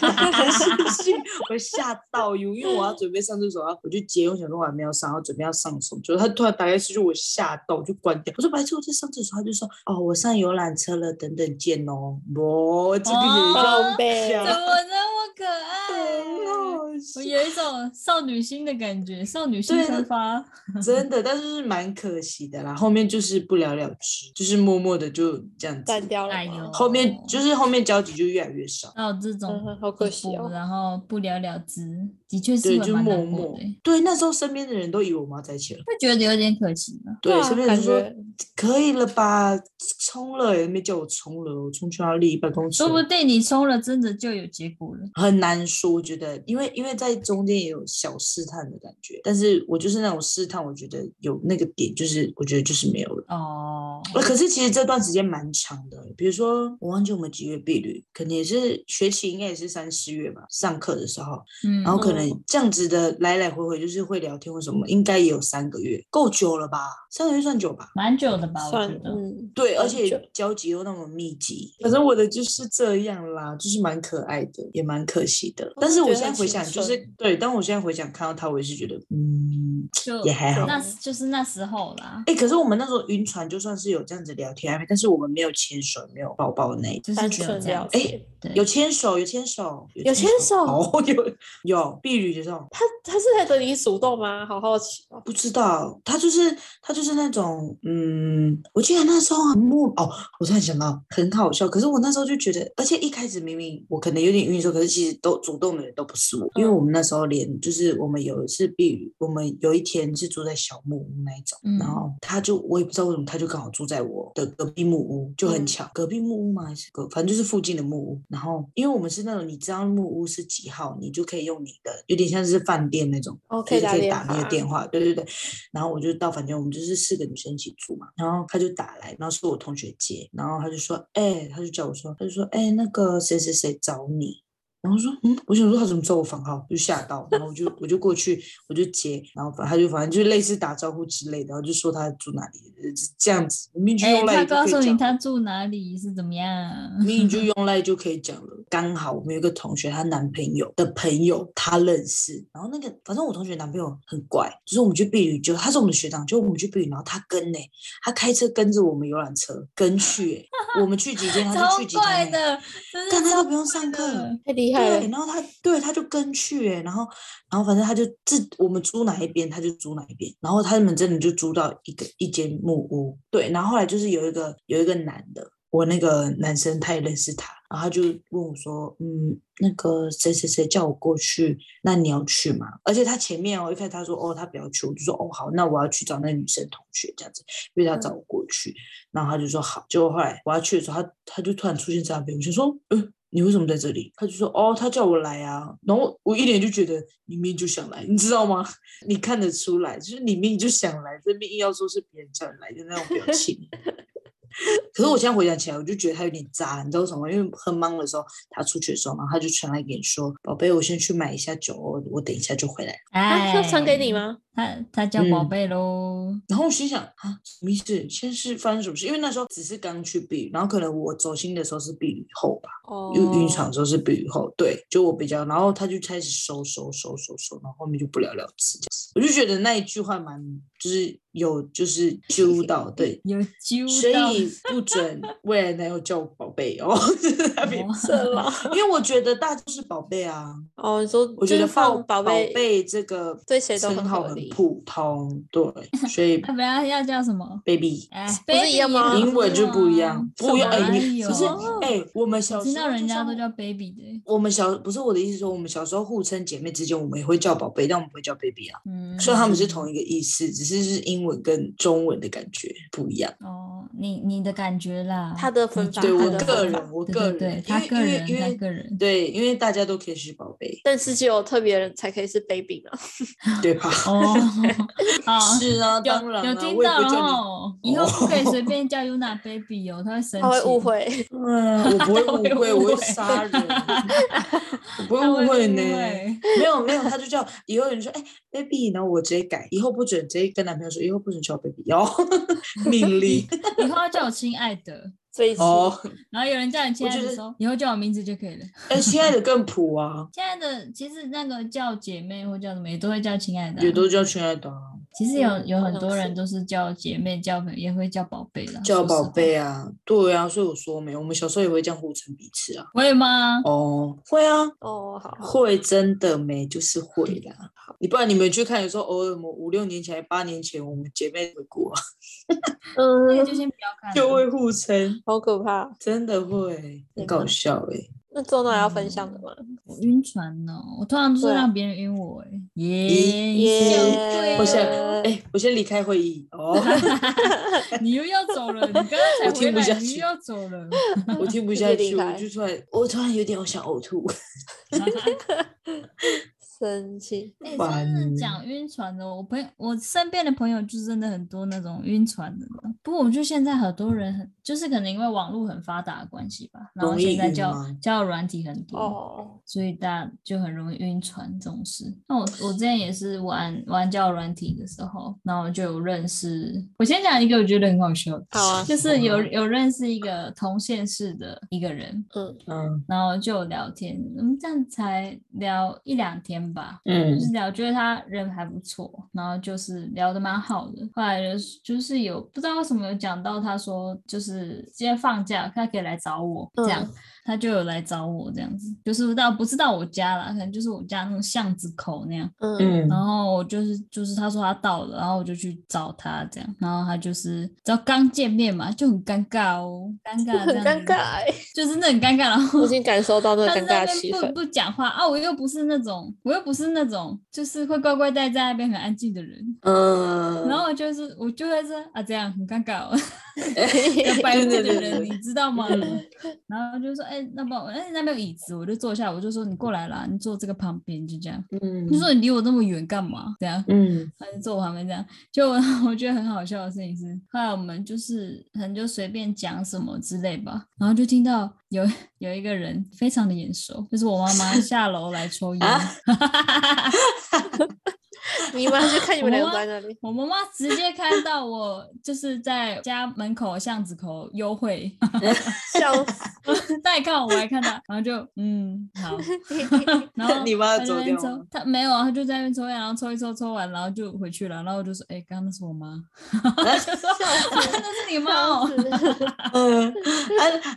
[SPEAKER 1] 打开视讯， 我吓到哟，因为我要准备上厕所，然后我就接，我想说我还没有上，然后准备要上手，结果他突然打开视讯，我吓到，我就关掉。我说白痴，我在上厕所，他就说哦，我上游览车了，等等见哦。我这个也要
[SPEAKER 3] 哦
[SPEAKER 2] 宝贝
[SPEAKER 1] 讲
[SPEAKER 3] 怎么那么可爱？
[SPEAKER 1] 很好
[SPEAKER 3] 我
[SPEAKER 1] 笑
[SPEAKER 3] 有一种少女心的感觉，少女心
[SPEAKER 1] 对
[SPEAKER 3] 喷发。
[SPEAKER 1] 真的，但是是蛮可惜的啦。后面就是不了了之，就是默默的就这样子。
[SPEAKER 2] 淡掉了
[SPEAKER 3] 哎
[SPEAKER 2] 吗
[SPEAKER 3] 呦，
[SPEAKER 1] 后面就是后面交集就越来越少。
[SPEAKER 3] 那有这种
[SPEAKER 2] 嗯哼好
[SPEAKER 3] 不
[SPEAKER 2] 可惜
[SPEAKER 3] 服
[SPEAKER 2] 哦
[SPEAKER 3] 然后不了了之，的确是
[SPEAKER 1] 对，
[SPEAKER 3] 会
[SPEAKER 1] 就
[SPEAKER 3] 蛮
[SPEAKER 1] 默
[SPEAKER 3] 难过
[SPEAKER 1] 默
[SPEAKER 3] 的欸，。
[SPEAKER 1] 对，那时候身边的人都以为我们要在一起了。
[SPEAKER 3] 会觉得有点可惜嘛。
[SPEAKER 1] 对，
[SPEAKER 2] 啊
[SPEAKER 1] 身边
[SPEAKER 2] 感
[SPEAKER 1] 人就说
[SPEAKER 2] 觉
[SPEAKER 1] 可以了吧，冲了也没叫我冲了，我冲去他另一半公司
[SPEAKER 3] 说。不定你冲了，真的就有结果了。
[SPEAKER 1] 很难说，我觉得，因为因为在中间也有小试探的感觉，但是我就是那种试探，我觉得有那个点，就是我觉得就是没有了。
[SPEAKER 3] 哦，
[SPEAKER 1] 呃可是其实这段时间蛮长的，比如说我忘记我们几月毕旅，可能也是学期应该也是三四月吧，上课的时候，
[SPEAKER 3] 嗯，
[SPEAKER 1] 然后可
[SPEAKER 2] 嗯
[SPEAKER 1] 能这样子的来来回回就是会聊天或什么，应该也有三个月，够久了吧？三个月算久吧？
[SPEAKER 3] 蛮久的吧，我
[SPEAKER 2] 算
[SPEAKER 3] 觉得。
[SPEAKER 2] 嗯，
[SPEAKER 1] 对，而
[SPEAKER 2] 很久
[SPEAKER 1] 且交集又那么密集，反正我的就是这样啦，就是蛮可爱的，也蛮可惜的。但
[SPEAKER 2] 是
[SPEAKER 1] 是我
[SPEAKER 2] 觉得
[SPEAKER 1] 现在
[SPEAKER 2] 很
[SPEAKER 1] 回
[SPEAKER 2] 青
[SPEAKER 1] 想，就
[SPEAKER 2] 春
[SPEAKER 1] 是对，当我现在回想看到他，我也是觉得，嗯，
[SPEAKER 3] 就
[SPEAKER 1] 也还好。
[SPEAKER 3] 那时就是那时候啦，
[SPEAKER 1] 哎、可是我们那时候晕船，就算是有这样子聊天啊暧昧，但是我们没有牵手，没有抱抱那一种。
[SPEAKER 3] 就是
[SPEAKER 2] 单
[SPEAKER 3] 只有
[SPEAKER 2] 纯
[SPEAKER 3] 这样
[SPEAKER 2] 了
[SPEAKER 3] 子。
[SPEAKER 2] 解。
[SPEAKER 3] 对，
[SPEAKER 1] 有牵手，有牵手，
[SPEAKER 2] 有牵手
[SPEAKER 1] 哦， 有有避旅的这种，
[SPEAKER 2] 他他是在等你主动吗？好好奇哦。
[SPEAKER 1] 不知道他就是他就是那种，嗯，我记得那时候很默哦，我突然想到很好笑，可是我那时候就觉得，而且一开始明明我可能有点晕车，可是其实都主动的人都不是我，因为我们那时候连就是我们有一次避雨，我们有一天是住在小木屋那一种，
[SPEAKER 3] 嗯
[SPEAKER 1] 然后他就我也不知道为什么他就刚好住在我的隔壁木屋，就很
[SPEAKER 2] 嗯
[SPEAKER 1] 巧，隔壁木屋嘛还是隔，反正就是附近的木屋，然后因为我们是那种你知道木屋是几号，你就可以用你的有点像是饭店那种。
[SPEAKER 2] 哦，可
[SPEAKER 1] 就
[SPEAKER 2] 以
[SPEAKER 1] 是
[SPEAKER 2] 打
[SPEAKER 1] 可以
[SPEAKER 2] 电
[SPEAKER 1] 打那
[SPEAKER 2] 话
[SPEAKER 1] 个。电话，对对对。然后我就到房间，我们就是四个女生一起住嘛。然后他就打来，然后是我同学接，然后他就说，哎、他就叫我说，他就说，哎、那个谁谁谁找你。然后说，嗯，我想说他怎么知道我房号，就吓到，然后我就我就过去，我就接，然后反他就反正就是类似打招呼之类的，然后就说他住哪里，呃这样子，明明就
[SPEAKER 3] 哎，
[SPEAKER 1] 用赖
[SPEAKER 3] 他
[SPEAKER 1] 就可
[SPEAKER 3] 告
[SPEAKER 1] 以
[SPEAKER 3] 诉
[SPEAKER 1] 讲
[SPEAKER 3] 你
[SPEAKER 1] 了，嗯
[SPEAKER 3] 他住哪里是怎么样？
[SPEAKER 1] 明明就用赖就可以讲了，刚好我们有一个同学，她男朋友的朋友她认识，然后那个反正我同学男朋友很怪，就是我们去避旅就他是我们的学长，就我们去避旅，然后他跟呢、他开车跟着我们游览车跟去、欸，我们去几天他
[SPEAKER 3] 超
[SPEAKER 1] 就去几
[SPEAKER 3] 怪
[SPEAKER 1] 天、欸，
[SPEAKER 3] 的，真
[SPEAKER 1] 干
[SPEAKER 3] 的
[SPEAKER 1] 他都
[SPEAKER 3] 超
[SPEAKER 1] 不用上课
[SPEAKER 3] 怪的
[SPEAKER 2] 太厉害
[SPEAKER 1] 对，
[SPEAKER 2] 了，
[SPEAKER 1] 然后他对他就跟去哎、然后然后反正他就自我们租哪一边他就租哪一边，然后他们真的就租到一个一间木屋，对，然后后来就是有一个有一个男的，我那个男生他也认识他，然后他就问我说，嗯，那个谁谁谁叫我过去，那你要去吗？而且他前面哦一开始他说哦他不要去，我就说哦好，那我要去找那女生同学这样子，因为他
[SPEAKER 2] 嗯
[SPEAKER 1] 找我过去，然后他就说好，结果后来我要去的时候，他他就突然出现在那边，我就说，嗯，你为什么在这里？他就说，哦，他叫我来啊。然后我一脸就觉得你明明就想来，你知道吗？ 你看得出来，就是你明明就想来，这边硬要说是别人叫你来的那种表情。 可是我现在回想起来，我就觉得他有点渣，你知道为什么吗？因为很忙的时候，他出去的时候，然后他就传来给你说：“宝贝，我先去买一下酒哦，我等一下就回来。”
[SPEAKER 2] 啊，
[SPEAKER 3] 哎，
[SPEAKER 2] 要传给你？吗？
[SPEAKER 3] 他哎他叫
[SPEAKER 1] 嗯
[SPEAKER 3] 宝贝喽，，
[SPEAKER 1] 然后我心想啊，什么意思？现在是发生什么事？因为那时候只是刚去避雨，然后可能我走心的时候是避雨后吧，
[SPEAKER 2] 哦，
[SPEAKER 1] 因为晕船的时候是避雨后，对，就我比较，然后他就开始收收收收收，然后后面就不了了之这样子。我就觉得那一句话蛮，就是有就是揪到，对
[SPEAKER 3] 有揪
[SPEAKER 1] 所
[SPEAKER 3] 到
[SPEAKER 1] 以不 准未来男友叫我宝贝哦， 在那边
[SPEAKER 3] 哦，
[SPEAKER 2] 色狼。
[SPEAKER 1] 因为我觉得大家都是宝贝啊，
[SPEAKER 2] 哦，你说
[SPEAKER 1] 我
[SPEAKER 2] 就
[SPEAKER 1] 觉
[SPEAKER 2] 是
[SPEAKER 1] 得
[SPEAKER 2] 放
[SPEAKER 1] 宝
[SPEAKER 2] 宝贝，
[SPEAKER 1] 贝这个
[SPEAKER 2] 对谁都
[SPEAKER 1] 称
[SPEAKER 2] 很
[SPEAKER 1] 号
[SPEAKER 2] 合
[SPEAKER 1] 很
[SPEAKER 2] 理
[SPEAKER 1] 普通，对，所以
[SPEAKER 3] 啊不要要叫什么？
[SPEAKER 1] baby。
[SPEAKER 3] 哎，
[SPEAKER 2] 不是一样吗
[SPEAKER 1] 英文就不一样，不一样。哎、
[SPEAKER 3] 哎
[SPEAKER 1] 你可是
[SPEAKER 2] 啊
[SPEAKER 1] 哎、我们小
[SPEAKER 3] 听
[SPEAKER 1] 时候
[SPEAKER 3] 到人
[SPEAKER 1] 就
[SPEAKER 3] 家
[SPEAKER 1] 像
[SPEAKER 3] 都叫 baby 的，欸
[SPEAKER 1] 我们小不是我的意思说，我们小时候互称姐妹之间，我们也会叫宝贝，但我们不会叫 baby 啊。
[SPEAKER 3] 嗯，
[SPEAKER 1] 虽然他们是同一个意思，只是是英文跟中文的感觉不一样。
[SPEAKER 3] 哦，你你的感觉啦，
[SPEAKER 2] 他的分法
[SPEAKER 1] 对
[SPEAKER 2] 他
[SPEAKER 1] 我个
[SPEAKER 2] 的分法
[SPEAKER 1] 人，我
[SPEAKER 3] 嗯对
[SPEAKER 1] 个
[SPEAKER 3] 对对
[SPEAKER 1] 人，因
[SPEAKER 3] 他
[SPEAKER 1] 为
[SPEAKER 3] 个
[SPEAKER 1] 因为
[SPEAKER 3] 人，
[SPEAKER 1] 因
[SPEAKER 3] 他
[SPEAKER 1] 为
[SPEAKER 3] 个 人，
[SPEAKER 1] 对，因为大家都可以是宝贝，
[SPEAKER 2] 但是只有特别人才可以是 baby 嘛。
[SPEAKER 1] 对 吧？
[SPEAKER 3] 哦，好，
[SPEAKER 1] 是啊，
[SPEAKER 3] 哦有
[SPEAKER 1] 当然
[SPEAKER 3] 有
[SPEAKER 1] 啊，
[SPEAKER 3] 听
[SPEAKER 1] 我也
[SPEAKER 3] 到
[SPEAKER 1] 不
[SPEAKER 3] 了
[SPEAKER 1] 叫你
[SPEAKER 3] 哦，以后不可以随便叫 Yuna baby 哦，他会生气，
[SPEAKER 2] 他会误，会，
[SPEAKER 1] 嗯，我不会
[SPEAKER 3] 他会
[SPEAKER 1] 误会，
[SPEAKER 3] 误
[SPEAKER 1] 我会
[SPEAKER 3] 会
[SPEAKER 1] 杀人，我不
[SPEAKER 3] 他
[SPEAKER 1] 会误会
[SPEAKER 3] 误
[SPEAKER 1] 呢。
[SPEAKER 3] 会
[SPEAKER 1] 没有没有，他就叫以后有人说，哎、b a b y 然后我直接改，以后不准直接跟男朋友说，以后不准叫我 baby 哦， 命令
[SPEAKER 3] 以后要叫我亲爱的，
[SPEAKER 2] 所以是
[SPEAKER 1] 哦。
[SPEAKER 3] 然后有人叫你亲
[SPEAKER 1] 我
[SPEAKER 3] 爱
[SPEAKER 1] 觉
[SPEAKER 3] 的
[SPEAKER 1] 得
[SPEAKER 3] 时候，以后叫我名字就可以了。
[SPEAKER 1] 哎、亲爱的更普啊，
[SPEAKER 3] 亲爱的，其实那个叫姐妹或叫什么，也都会叫亲爱的啊、
[SPEAKER 1] 也都叫亲爱的啊、
[SPEAKER 3] 其实有有很
[SPEAKER 2] 好
[SPEAKER 3] 多
[SPEAKER 2] 像
[SPEAKER 3] 人
[SPEAKER 2] 是
[SPEAKER 3] 都是叫姐妹、叫朋友，也会叫宝贝啦。
[SPEAKER 1] 叫
[SPEAKER 3] 说实
[SPEAKER 1] 宝
[SPEAKER 3] 话，
[SPEAKER 1] 贝啊，对啊，所以我说没，我们小时候也会这样互称彼此啊。
[SPEAKER 3] 会吗？
[SPEAKER 1] 哦，会啊，
[SPEAKER 2] 哦，好，
[SPEAKER 1] 会真的没，就是会啦。你不然你们去看，有时候偶尔我们五六年前、八年前，我们姐妹回 顾啊，
[SPEAKER 3] 那个就
[SPEAKER 2] 嗯，
[SPEAKER 3] 先不要看了，
[SPEAKER 1] 就会互称，
[SPEAKER 2] 好可怕。
[SPEAKER 1] 真的会，很搞笑哎、
[SPEAKER 2] 那周娜要分享的吗？
[SPEAKER 3] 我晕船呢、我通常都是
[SPEAKER 2] 对啊
[SPEAKER 3] 让别人晕我、欸，耶
[SPEAKER 1] 耶
[SPEAKER 3] 笑对
[SPEAKER 1] 我想，
[SPEAKER 3] 了
[SPEAKER 1] 哎、我先离开会议哦，
[SPEAKER 3] 你又要走了，你刚刚才
[SPEAKER 1] 我
[SPEAKER 3] 回
[SPEAKER 1] 听不
[SPEAKER 3] 来，
[SPEAKER 1] 下
[SPEAKER 3] 你
[SPEAKER 1] 去
[SPEAKER 3] 又要走了，
[SPEAKER 1] 我听不
[SPEAKER 2] 直
[SPEAKER 1] 下
[SPEAKER 2] 接离
[SPEAKER 1] 去，我
[SPEAKER 2] 开
[SPEAKER 1] 就突然，我突然有点想呕吐。
[SPEAKER 2] 生气，
[SPEAKER 3] 哎、
[SPEAKER 1] 烦
[SPEAKER 3] 真的讲晕船的，我朋友我身边的朋友就真的很多那种晕船的呢。不过我觉得现在很多人很，就是可能因为网络很发达的关系吧，然后
[SPEAKER 1] 容易
[SPEAKER 3] 现在
[SPEAKER 1] 晕
[SPEAKER 3] 交
[SPEAKER 1] 吗
[SPEAKER 3] 交友软体很多，
[SPEAKER 2] 哦，
[SPEAKER 3] 所以大家就很容易晕船这种事。那我我之前也是玩玩交友软体的时候，然后我就有认识，我先讲一个我觉得很好笑的，
[SPEAKER 2] 好啊，
[SPEAKER 3] 就是有有认识一个同县市的一个人，
[SPEAKER 2] 嗯，
[SPEAKER 1] 嗯
[SPEAKER 3] 然后就有聊天，我们这样才聊一两天吧，就
[SPEAKER 1] 嗯
[SPEAKER 3] 是聊，觉得他人还不错，然后就是聊得蛮好的。后来就是就是有不知道为什么有讲到，他说就是今天放假，他可以来找我，这样、
[SPEAKER 2] 嗯
[SPEAKER 3] 他就有来找我，这样子就是到不是到我家啦，可能就是我家那种巷子口那样。
[SPEAKER 2] 嗯，
[SPEAKER 1] 嗯
[SPEAKER 3] 然后我就是就是他说他到了，然后我就去找他这样，然后他就是只要刚见面嘛，就很尴尬哦， 尴尬这
[SPEAKER 2] 很
[SPEAKER 3] 样
[SPEAKER 2] 尴
[SPEAKER 3] 子
[SPEAKER 2] 尬，欸，
[SPEAKER 3] 就是那很尴尬，然后
[SPEAKER 2] 我已经感受到那个
[SPEAKER 3] 他
[SPEAKER 2] 尴
[SPEAKER 3] 在
[SPEAKER 2] 尬
[SPEAKER 3] 那
[SPEAKER 2] 的气
[SPEAKER 3] 边
[SPEAKER 2] 氛。
[SPEAKER 3] 不不讲话啊，我又不是那种，我又不是那种，就是会乖乖待在那边很安静的人。
[SPEAKER 1] 嗯，
[SPEAKER 3] 然后我就是我就会说啊，这样很尴尬、哦，
[SPEAKER 1] 对
[SPEAKER 3] 白目
[SPEAKER 1] 对
[SPEAKER 3] 的
[SPEAKER 1] 对
[SPEAKER 3] 人，
[SPEAKER 1] 对
[SPEAKER 3] 你知道吗？然后就说，哎、那不，哎、那边有椅子，我就坐下，我就说你过来啦，你坐这个旁边，就这样。
[SPEAKER 1] 嗯
[SPEAKER 3] 你说你离我那么远干嘛？这样，
[SPEAKER 1] 嗯
[SPEAKER 3] 他就坐我旁边这样。就我 觉得很好笑的事情是，后来我们就是可能就随便讲什么之类吧，然后就听到有 有一个人非常 的眼熟，就是我妈妈下楼来抽烟，
[SPEAKER 1] 啊
[SPEAKER 2] 你妈就看你们两个
[SPEAKER 3] 我妈
[SPEAKER 2] 在那里，
[SPEAKER 3] 我妈妈直接看到我就是在家门口巷子口幽会，
[SPEAKER 2] 笑死。
[SPEAKER 3] 再看我还看她，然后就嗯好， 然后
[SPEAKER 1] 你妈
[SPEAKER 3] 她
[SPEAKER 1] 走
[SPEAKER 3] 在
[SPEAKER 1] 掉
[SPEAKER 3] 那边
[SPEAKER 1] 吗
[SPEAKER 3] 抽，她没有啊，她就在那边抽烟，然后抽一抽抽完，然后就回去了，然后我就说哎，刚刚那是我妈， 就说 那是你妈
[SPEAKER 2] 笑
[SPEAKER 3] 哦，
[SPEAKER 2] 死！
[SPEAKER 1] 嗯，啊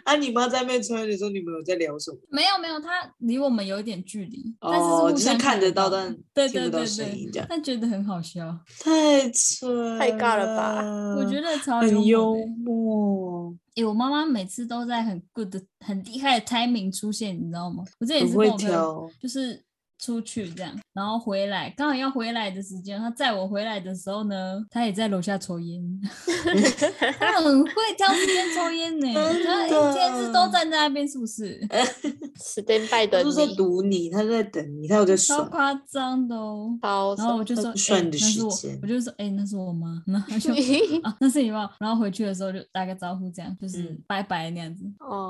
[SPEAKER 1] 啊！你妈在那边抽烟的时候，你们有在聊什么？
[SPEAKER 3] 没有没有，她离我们有一点距离，但是
[SPEAKER 1] 哦，
[SPEAKER 3] 互
[SPEAKER 1] 只
[SPEAKER 3] 相
[SPEAKER 1] 是看
[SPEAKER 3] 得
[SPEAKER 1] 得到，
[SPEAKER 3] 的
[SPEAKER 1] 但
[SPEAKER 3] 对
[SPEAKER 1] 听
[SPEAKER 3] 对
[SPEAKER 1] 不到
[SPEAKER 3] 对
[SPEAKER 1] 声
[SPEAKER 3] 对，
[SPEAKER 1] 音，这样
[SPEAKER 3] 但觉得很 好笑，
[SPEAKER 1] 太蠢，
[SPEAKER 2] 太尬了吧？
[SPEAKER 3] 我觉
[SPEAKER 1] 得
[SPEAKER 3] 得超
[SPEAKER 1] 很
[SPEAKER 3] 幽
[SPEAKER 1] 幽
[SPEAKER 3] 默的欸。
[SPEAKER 1] 默，
[SPEAKER 3] 诶、我妈妈每次都在很 good 的、很厉害的 timing 出现，你知道吗？欸我这也
[SPEAKER 1] 很
[SPEAKER 3] 是跟
[SPEAKER 1] 会
[SPEAKER 3] 我朋友
[SPEAKER 1] 挑。
[SPEAKER 3] 就是出去这样，然后回来，刚好要回来的时间，她载我回来的时候呢，她也在楼下抽烟， 她很会挑时间抽烟 呢、
[SPEAKER 1] 真
[SPEAKER 3] 她一
[SPEAKER 1] 的
[SPEAKER 3] 天是都站在那边，是不是？
[SPEAKER 2] 死 盯拜
[SPEAKER 1] 他
[SPEAKER 2] 等
[SPEAKER 1] 是在
[SPEAKER 2] 你，
[SPEAKER 1] 堵你，他在等你，他有在
[SPEAKER 3] 超
[SPEAKER 1] 算。
[SPEAKER 3] 夸张的哦。
[SPEAKER 2] 超
[SPEAKER 3] 然后我就
[SPEAKER 1] 她
[SPEAKER 3] 说，
[SPEAKER 1] 不算
[SPEAKER 3] 诶
[SPEAKER 1] 你的
[SPEAKER 3] 那是
[SPEAKER 1] 时
[SPEAKER 3] 我
[SPEAKER 1] 间，
[SPEAKER 3] 我就说，哎、那是我妈， 然后她就
[SPEAKER 2] 爽
[SPEAKER 3] 啊，那是你妈。然后回去的时候就打个招呼，这样就是
[SPEAKER 1] 嗯
[SPEAKER 3] 拜拜那样子，
[SPEAKER 2] 哦，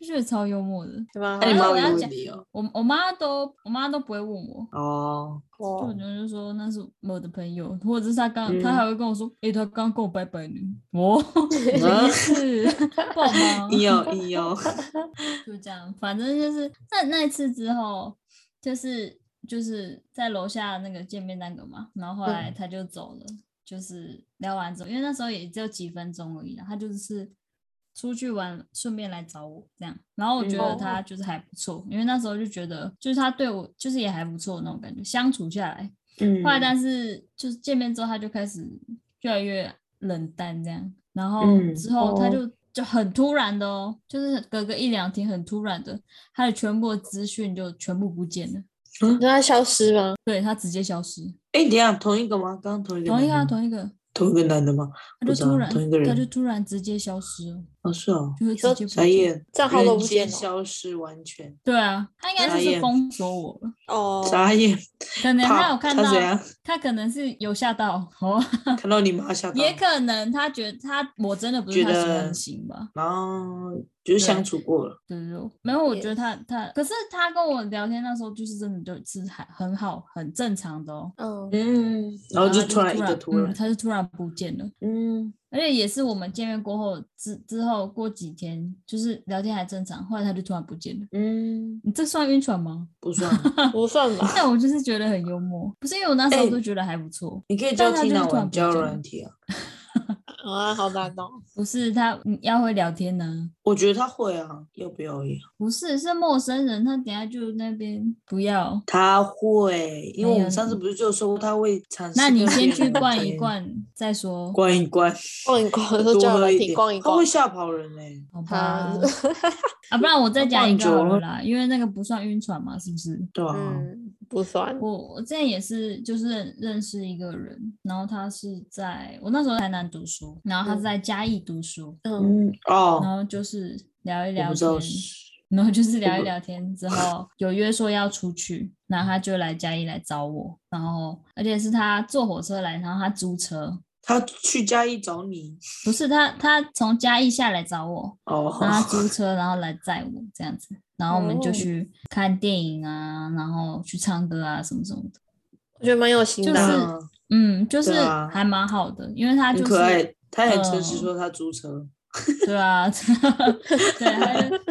[SPEAKER 3] 就觉得超幽默的。
[SPEAKER 2] 对吧？
[SPEAKER 1] 那你
[SPEAKER 3] 然
[SPEAKER 1] 妈
[SPEAKER 3] 后我
[SPEAKER 1] 没
[SPEAKER 3] 要
[SPEAKER 1] 问
[SPEAKER 3] 讲
[SPEAKER 1] 你 哦？
[SPEAKER 3] 我我妈都我妈都不会问我，
[SPEAKER 1] 哦，
[SPEAKER 3] 就我
[SPEAKER 2] 哦，
[SPEAKER 3] 就说那是我的朋友，或者是她刚、
[SPEAKER 1] 嗯
[SPEAKER 3] 她还会跟我说，诶、她刚刚跟我拜拜呢， 哦，
[SPEAKER 1] 啊
[SPEAKER 3] 没 事，抱吗？
[SPEAKER 1] 硬要硬要，
[SPEAKER 3] 就这样，反正就是那那一次之后，就是就是在楼下那个见面那个嘛，然后后来他就走了，就是聊完之后，因为那时候也只有几分钟而已啦，他就是出去玩，顺便来找我这样，然后我觉得
[SPEAKER 2] 嗯
[SPEAKER 3] 他就是还不错，因为那时候就觉得就是他对我就是也还不错那种感觉，相处下来，
[SPEAKER 1] 嗯
[SPEAKER 3] 后来但是就是见面之后，他就开始越来越冷淡这样，然后
[SPEAKER 1] 嗯
[SPEAKER 3] 之后他
[SPEAKER 1] 哦
[SPEAKER 3] 就、就很突然的哦，就是隔个一两天很突然的，他的全部的资讯就全部不见了，
[SPEAKER 2] 你说他消失吗？
[SPEAKER 3] 对他直接消失，
[SPEAKER 1] 哎，等一下同一个吗？刚刚同一个
[SPEAKER 3] 同
[SPEAKER 1] 男
[SPEAKER 3] 一个、啊、
[SPEAKER 1] 的吗
[SPEAKER 3] 同一个，
[SPEAKER 1] 同一个男的吗？
[SPEAKER 3] 他
[SPEAKER 1] 不
[SPEAKER 3] 就
[SPEAKER 1] 知
[SPEAKER 3] 突
[SPEAKER 1] 道
[SPEAKER 3] 然
[SPEAKER 1] 同一个
[SPEAKER 3] 他
[SPEAKER 1] 人
[SPEAKER 3] 就突然直接消失了，
[SPEAKER 1] 哦，是哦，
[SPEAKER 3] 就会
[SPEAKER 2] 说
[SPEAKER 3] 直接不
[SPEAKER 1] 傻
[SPEAKER 3] 见。
[SPEAKER 1] 眼，
[SPEAKER 2] 账号都
[SPEAKER 1] 人
[SPEAKER 2] 不见
[SPEAKER 1] 间
[SPEAKER 3] 哦
[SPEAKER 2] 了
[SPEAKER 1] 消失完全，
[SPEAKER 3] 对啊，他应该
[SPEAKER 1] 傻
[SPEAKER 3] 就是
[SPEAKER 1] 眼
[SPEAKER 3] 封锁我了，
[SPEAKER 2] 哦，
[SPEAKER 1] 傻眼，
[SPEAKER 3] 可能他
[SPEAKER 1] 怕
[SPEAKER 3] 有看
[SPEAKER 1] 他
[SPEAKER 3] 到
[SPEAKER 1] 怎， 样？
[SPEAKER 3] 他可能是有吓到 哦，
[SPEAKER 1] 看到你妈吓到，
[SPEAKER 3] 也可能他觉得他我真的不是
[SPEAKER 1] 嗯觉
[SPEAKER 3] 他喜欢
[SPEAKER 1] 得
[SPEAKER 3] 的型吧。
[SPEAKER 1] 然后就是相处过了，
[SPEAKER 3] 对对，对没有，我
[SPEAKER 2] 也
[SPEAKER 3] 觉得他他，可是他跟我聊天那时候，就是真的就是还很好，很正常的哦。
[SPEAKER 2] 嗯，
[SPEAKER 1] 嗯，然后就
[SPEAKER 3] 他
[SPEAKER 1] 突然一个突
[SPEAKER 3] 嗯
[SPEAKER 1] 然，
[SPEAKER 3] 他就突然不见了，
[SPEAKER 1] 嗯，
[SPEAKER 3] 而且也是我们见面过后之之后过几天，就是聊天还正常，后来他就突然不见了。
[SPEAKER 1] 嗯，
[SPEAKER 3] 你这算晕船吗？
[SPEAKER 1] 不算，
[SPEAKER 2] 不算吧？
[SPEAKER 3] 但我就是觉得很幽默，不是因为我那时候
[SPEAKER 1] 哎
[SPEAKER 3] 都觉得还不错，
[SPEAKER 1] 你可 以
[SPEAKER 3] 但
[SPEAKER 1] 教
[SPEAKER 3] 他就是
[SPEAKER 1] Tina
[SPEAKER 3] 突然
[SPEAKER 1] 玩
[SPEAKER 3] 不
[SPEAKER 1] 交友
[SPEAKER 3] 见
[SPEAKER 1] 软
[SPEAKER 3] 了
[SPEAKER 1] 体啊，
[SPEAKER 2] 啊，好难哦。
[SPEAKER 3] 不是他你要会聊天呢、
[SPEAKER 1] 我觉得他会啊，要不要也？
[SPEAKER 3] 不是是陌生人，他等下就那边不要。
[SPEAKER 1] 他会，因为
[SPEAKER 3] 没
[SPEAKER 1] 我
[SPEAKER 3] 有
[SPEAKER 1] 们上次不是就说过他会尝试
[SPEAKER 3] 哎那你
[SPEAKER 1] 跟
[SPEAKER 3] 先
[SPEAKER 1] 别
[SPEAKER 3] 去
[SPEAKER 1] 人聊
[SPEAKER 3] 灌一
[SPEAKER 1] 天，
[SPEAKER 3] 灌再说。
[SPEAKER 1] 灌一灌，
[SPEAKER 2] 逛一逛，说
[SPEAKER 1] 多
[SPEAKER 2] 叫
[SPEAKER 1] 喝
[SPEAKER 2] 软
[SPEAKER 1] 一
[SPEAKER 2] 体
[SPEAKER 1] 点，
[SPEAKER 2] 逛一
[SPEAKER 1] 他
[SPEAKER 2] 逛
[SPEAKER 1] 会，吓跑人嘞。
[SPEAKER 3] 好吧
[SPEAKER 2] 他，
[SPEAKER 3] 啊，不然我再讲一个
[SPEAKER 1] 换
[SPEAKER 3] 好
[SPEAKER 1] 酒
[SPEAKER 3] 了
[SPEAKER 1] 了
[SPEAKER 3] 啦，因为那个不算晕船嘛，是不是？
[SPEAKER 1] 对啊，
[SPEAKER 2] 嗯，不算。
[SPEAKER 3] 我我之前也是，就是认认识一个人，然后他是在我那时候在台南读书，然后他
[SPEAKER 2] 嗯
[SPEAKER 3] 是在嘉义读书，
[SPEAKER 2] 嗯，
[SPEAKER 1] 嗯，哦，
[SPEAKER 3] 然后就是聊一
[SPEAKER 1] 我
[SPEAKER 3] 聊
[SPEAKER 1] 不知
[SPEAKER 3] 天
[SPEAKER 1] 道，是，
[SPEAKER 3] 然后就是聊一
[SPEAKER 1] 不
[SPEAKER 3] 聊天 之后有约说要出去，然后他就来嘉义来找我，然后而且是他坐火车来，然后他租车，
[SPEAKER 1] 他去嘉义找你
[SPEAKER 3] 不是他他从嘉义下来找我，
[SPEAKER 1] 哦，
[SPEAKER 3] 然后他租车，然后来载我这样子，然后我们就去看电影啊，然后去唱歌啊，什么什么的。
[SPEAKER 2] 我觉得蛮有心
[SPEAKER 3] 就
[SPEAKER 2] 的啊。
[SPEAKER 3] 是
[SPEAKER 1] 那
[SPEAKER 3] 嗯，就是
[SPEAKER 1] 对啊
[SPEAKER 3] 还蛮好的，因为他就
[SPEAKER 1] 很
[SPEAKER 3] 是
[SPEAKER 1] 可爱，他很诚实
[SPEAKER 3] 嗯
[SPEAKER 1] 说他租车，
[SPEAKER 3] 对啊， 对，他就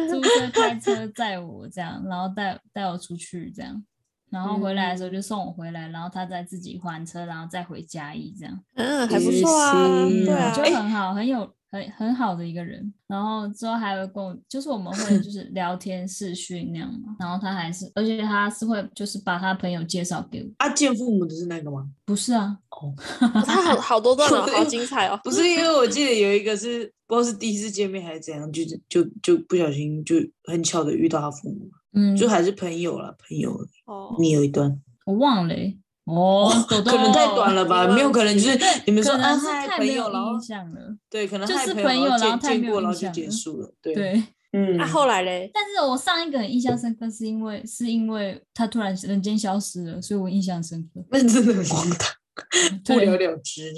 [SPEAKER 3] 租 车开车载我这样，然后带带我出去这样，然后回来的
[SPEAKER 1] 嗯
[SPEAKER 3] 时候就送我回来，然后他再自己还车，然后再回嘉义这样，
[SPEAKER 2] 嗯，还不错啊，
[SPEAKER 1] 嗯
[SPEAKER 2] 对
[SPEAKER 3] 我
[SPEAKER 2] 啊
[SPEAKER 3] 觉，得很好，很有。很很好的一个人，然后之后还会跟我，就是我们 会就是聊天视讯那样嘛，然后他还是，而且他是会就是把他朋友介绍给我，
[SPEAKER 1] 啊，见父母的是那个吗？
[SPEAKER 3] 不是啊，
[SPEAKER 1] 哦，
[SPEAKER 2] 哎他好好多段哦，好精彩 哦。
[SPEAKER 1] 不是，因为我记得有一个是不知道是第一次见面还是怎样，就是就就不小心就很巧的遇到他父母，
[SPEAKER 3] 嗯，
[SPEAKER 1] 就还是朋友了，朋友。
[SPEAKER 2] 哦，
[SPEAKER 1] 你有一段
[SPEAKER 3] 我忘了欸、哦，豆豆
[SPEAKER 1] 可能太短了吧，
[SPEAKER 2] 你忘
[SPEAKER 1] 没有可能就是你们说
[SPEAKER 3] 可
[SPEAKER 1] 啊
[SPEAKER 3] 能是
[SPEAKER 1] 嗨
[SPEAKER 3] 太
[SPEAKER 1] 朋
[SPEAKER 3] 没
[SPEAKER 1] 友，
[SPEAKER 3] 有
[SPEAKER 1] 然后
[SPEAKER 3] 印象了。
[SPEAKER 1] 对，可能
[SPEAKER 3] 就
[SPEAKER 1] 嗨
[SPEAKER 3] 是
[SPEAKER 1] 朋
[SPEAKER 3] 朋友
[SPEAKER 1] 友，
[SPEAKER 3] 然后
[SPEAKER 1] 见
[SPEAKER 3] 太没
[SPEAKER 1] 见
[SPEAKER 3] 有
[SPEAKER 1] 过，然后
[SPEAKER 3] 印
[SPEAKER 1] 就
[SPEAKER 3] 象
[SPEAKER 1] 结
[SPEAKER 3] 了
[SPEAKER 1] 束了，对，
[SPEAKER 3] 对，
[SPEAKER 1] 嗯
[SPEAKER 2] 啊，， 后来嘞，
[SPEAKER 3] 但是我上一个很印象深刻，是因为是因为他突然人间消失了，所以我印象深刻。
[SPEAKER 1] 那真的很荒唐，不
[SPEAKER 3] 对
[SPEAKER 1] 了了之。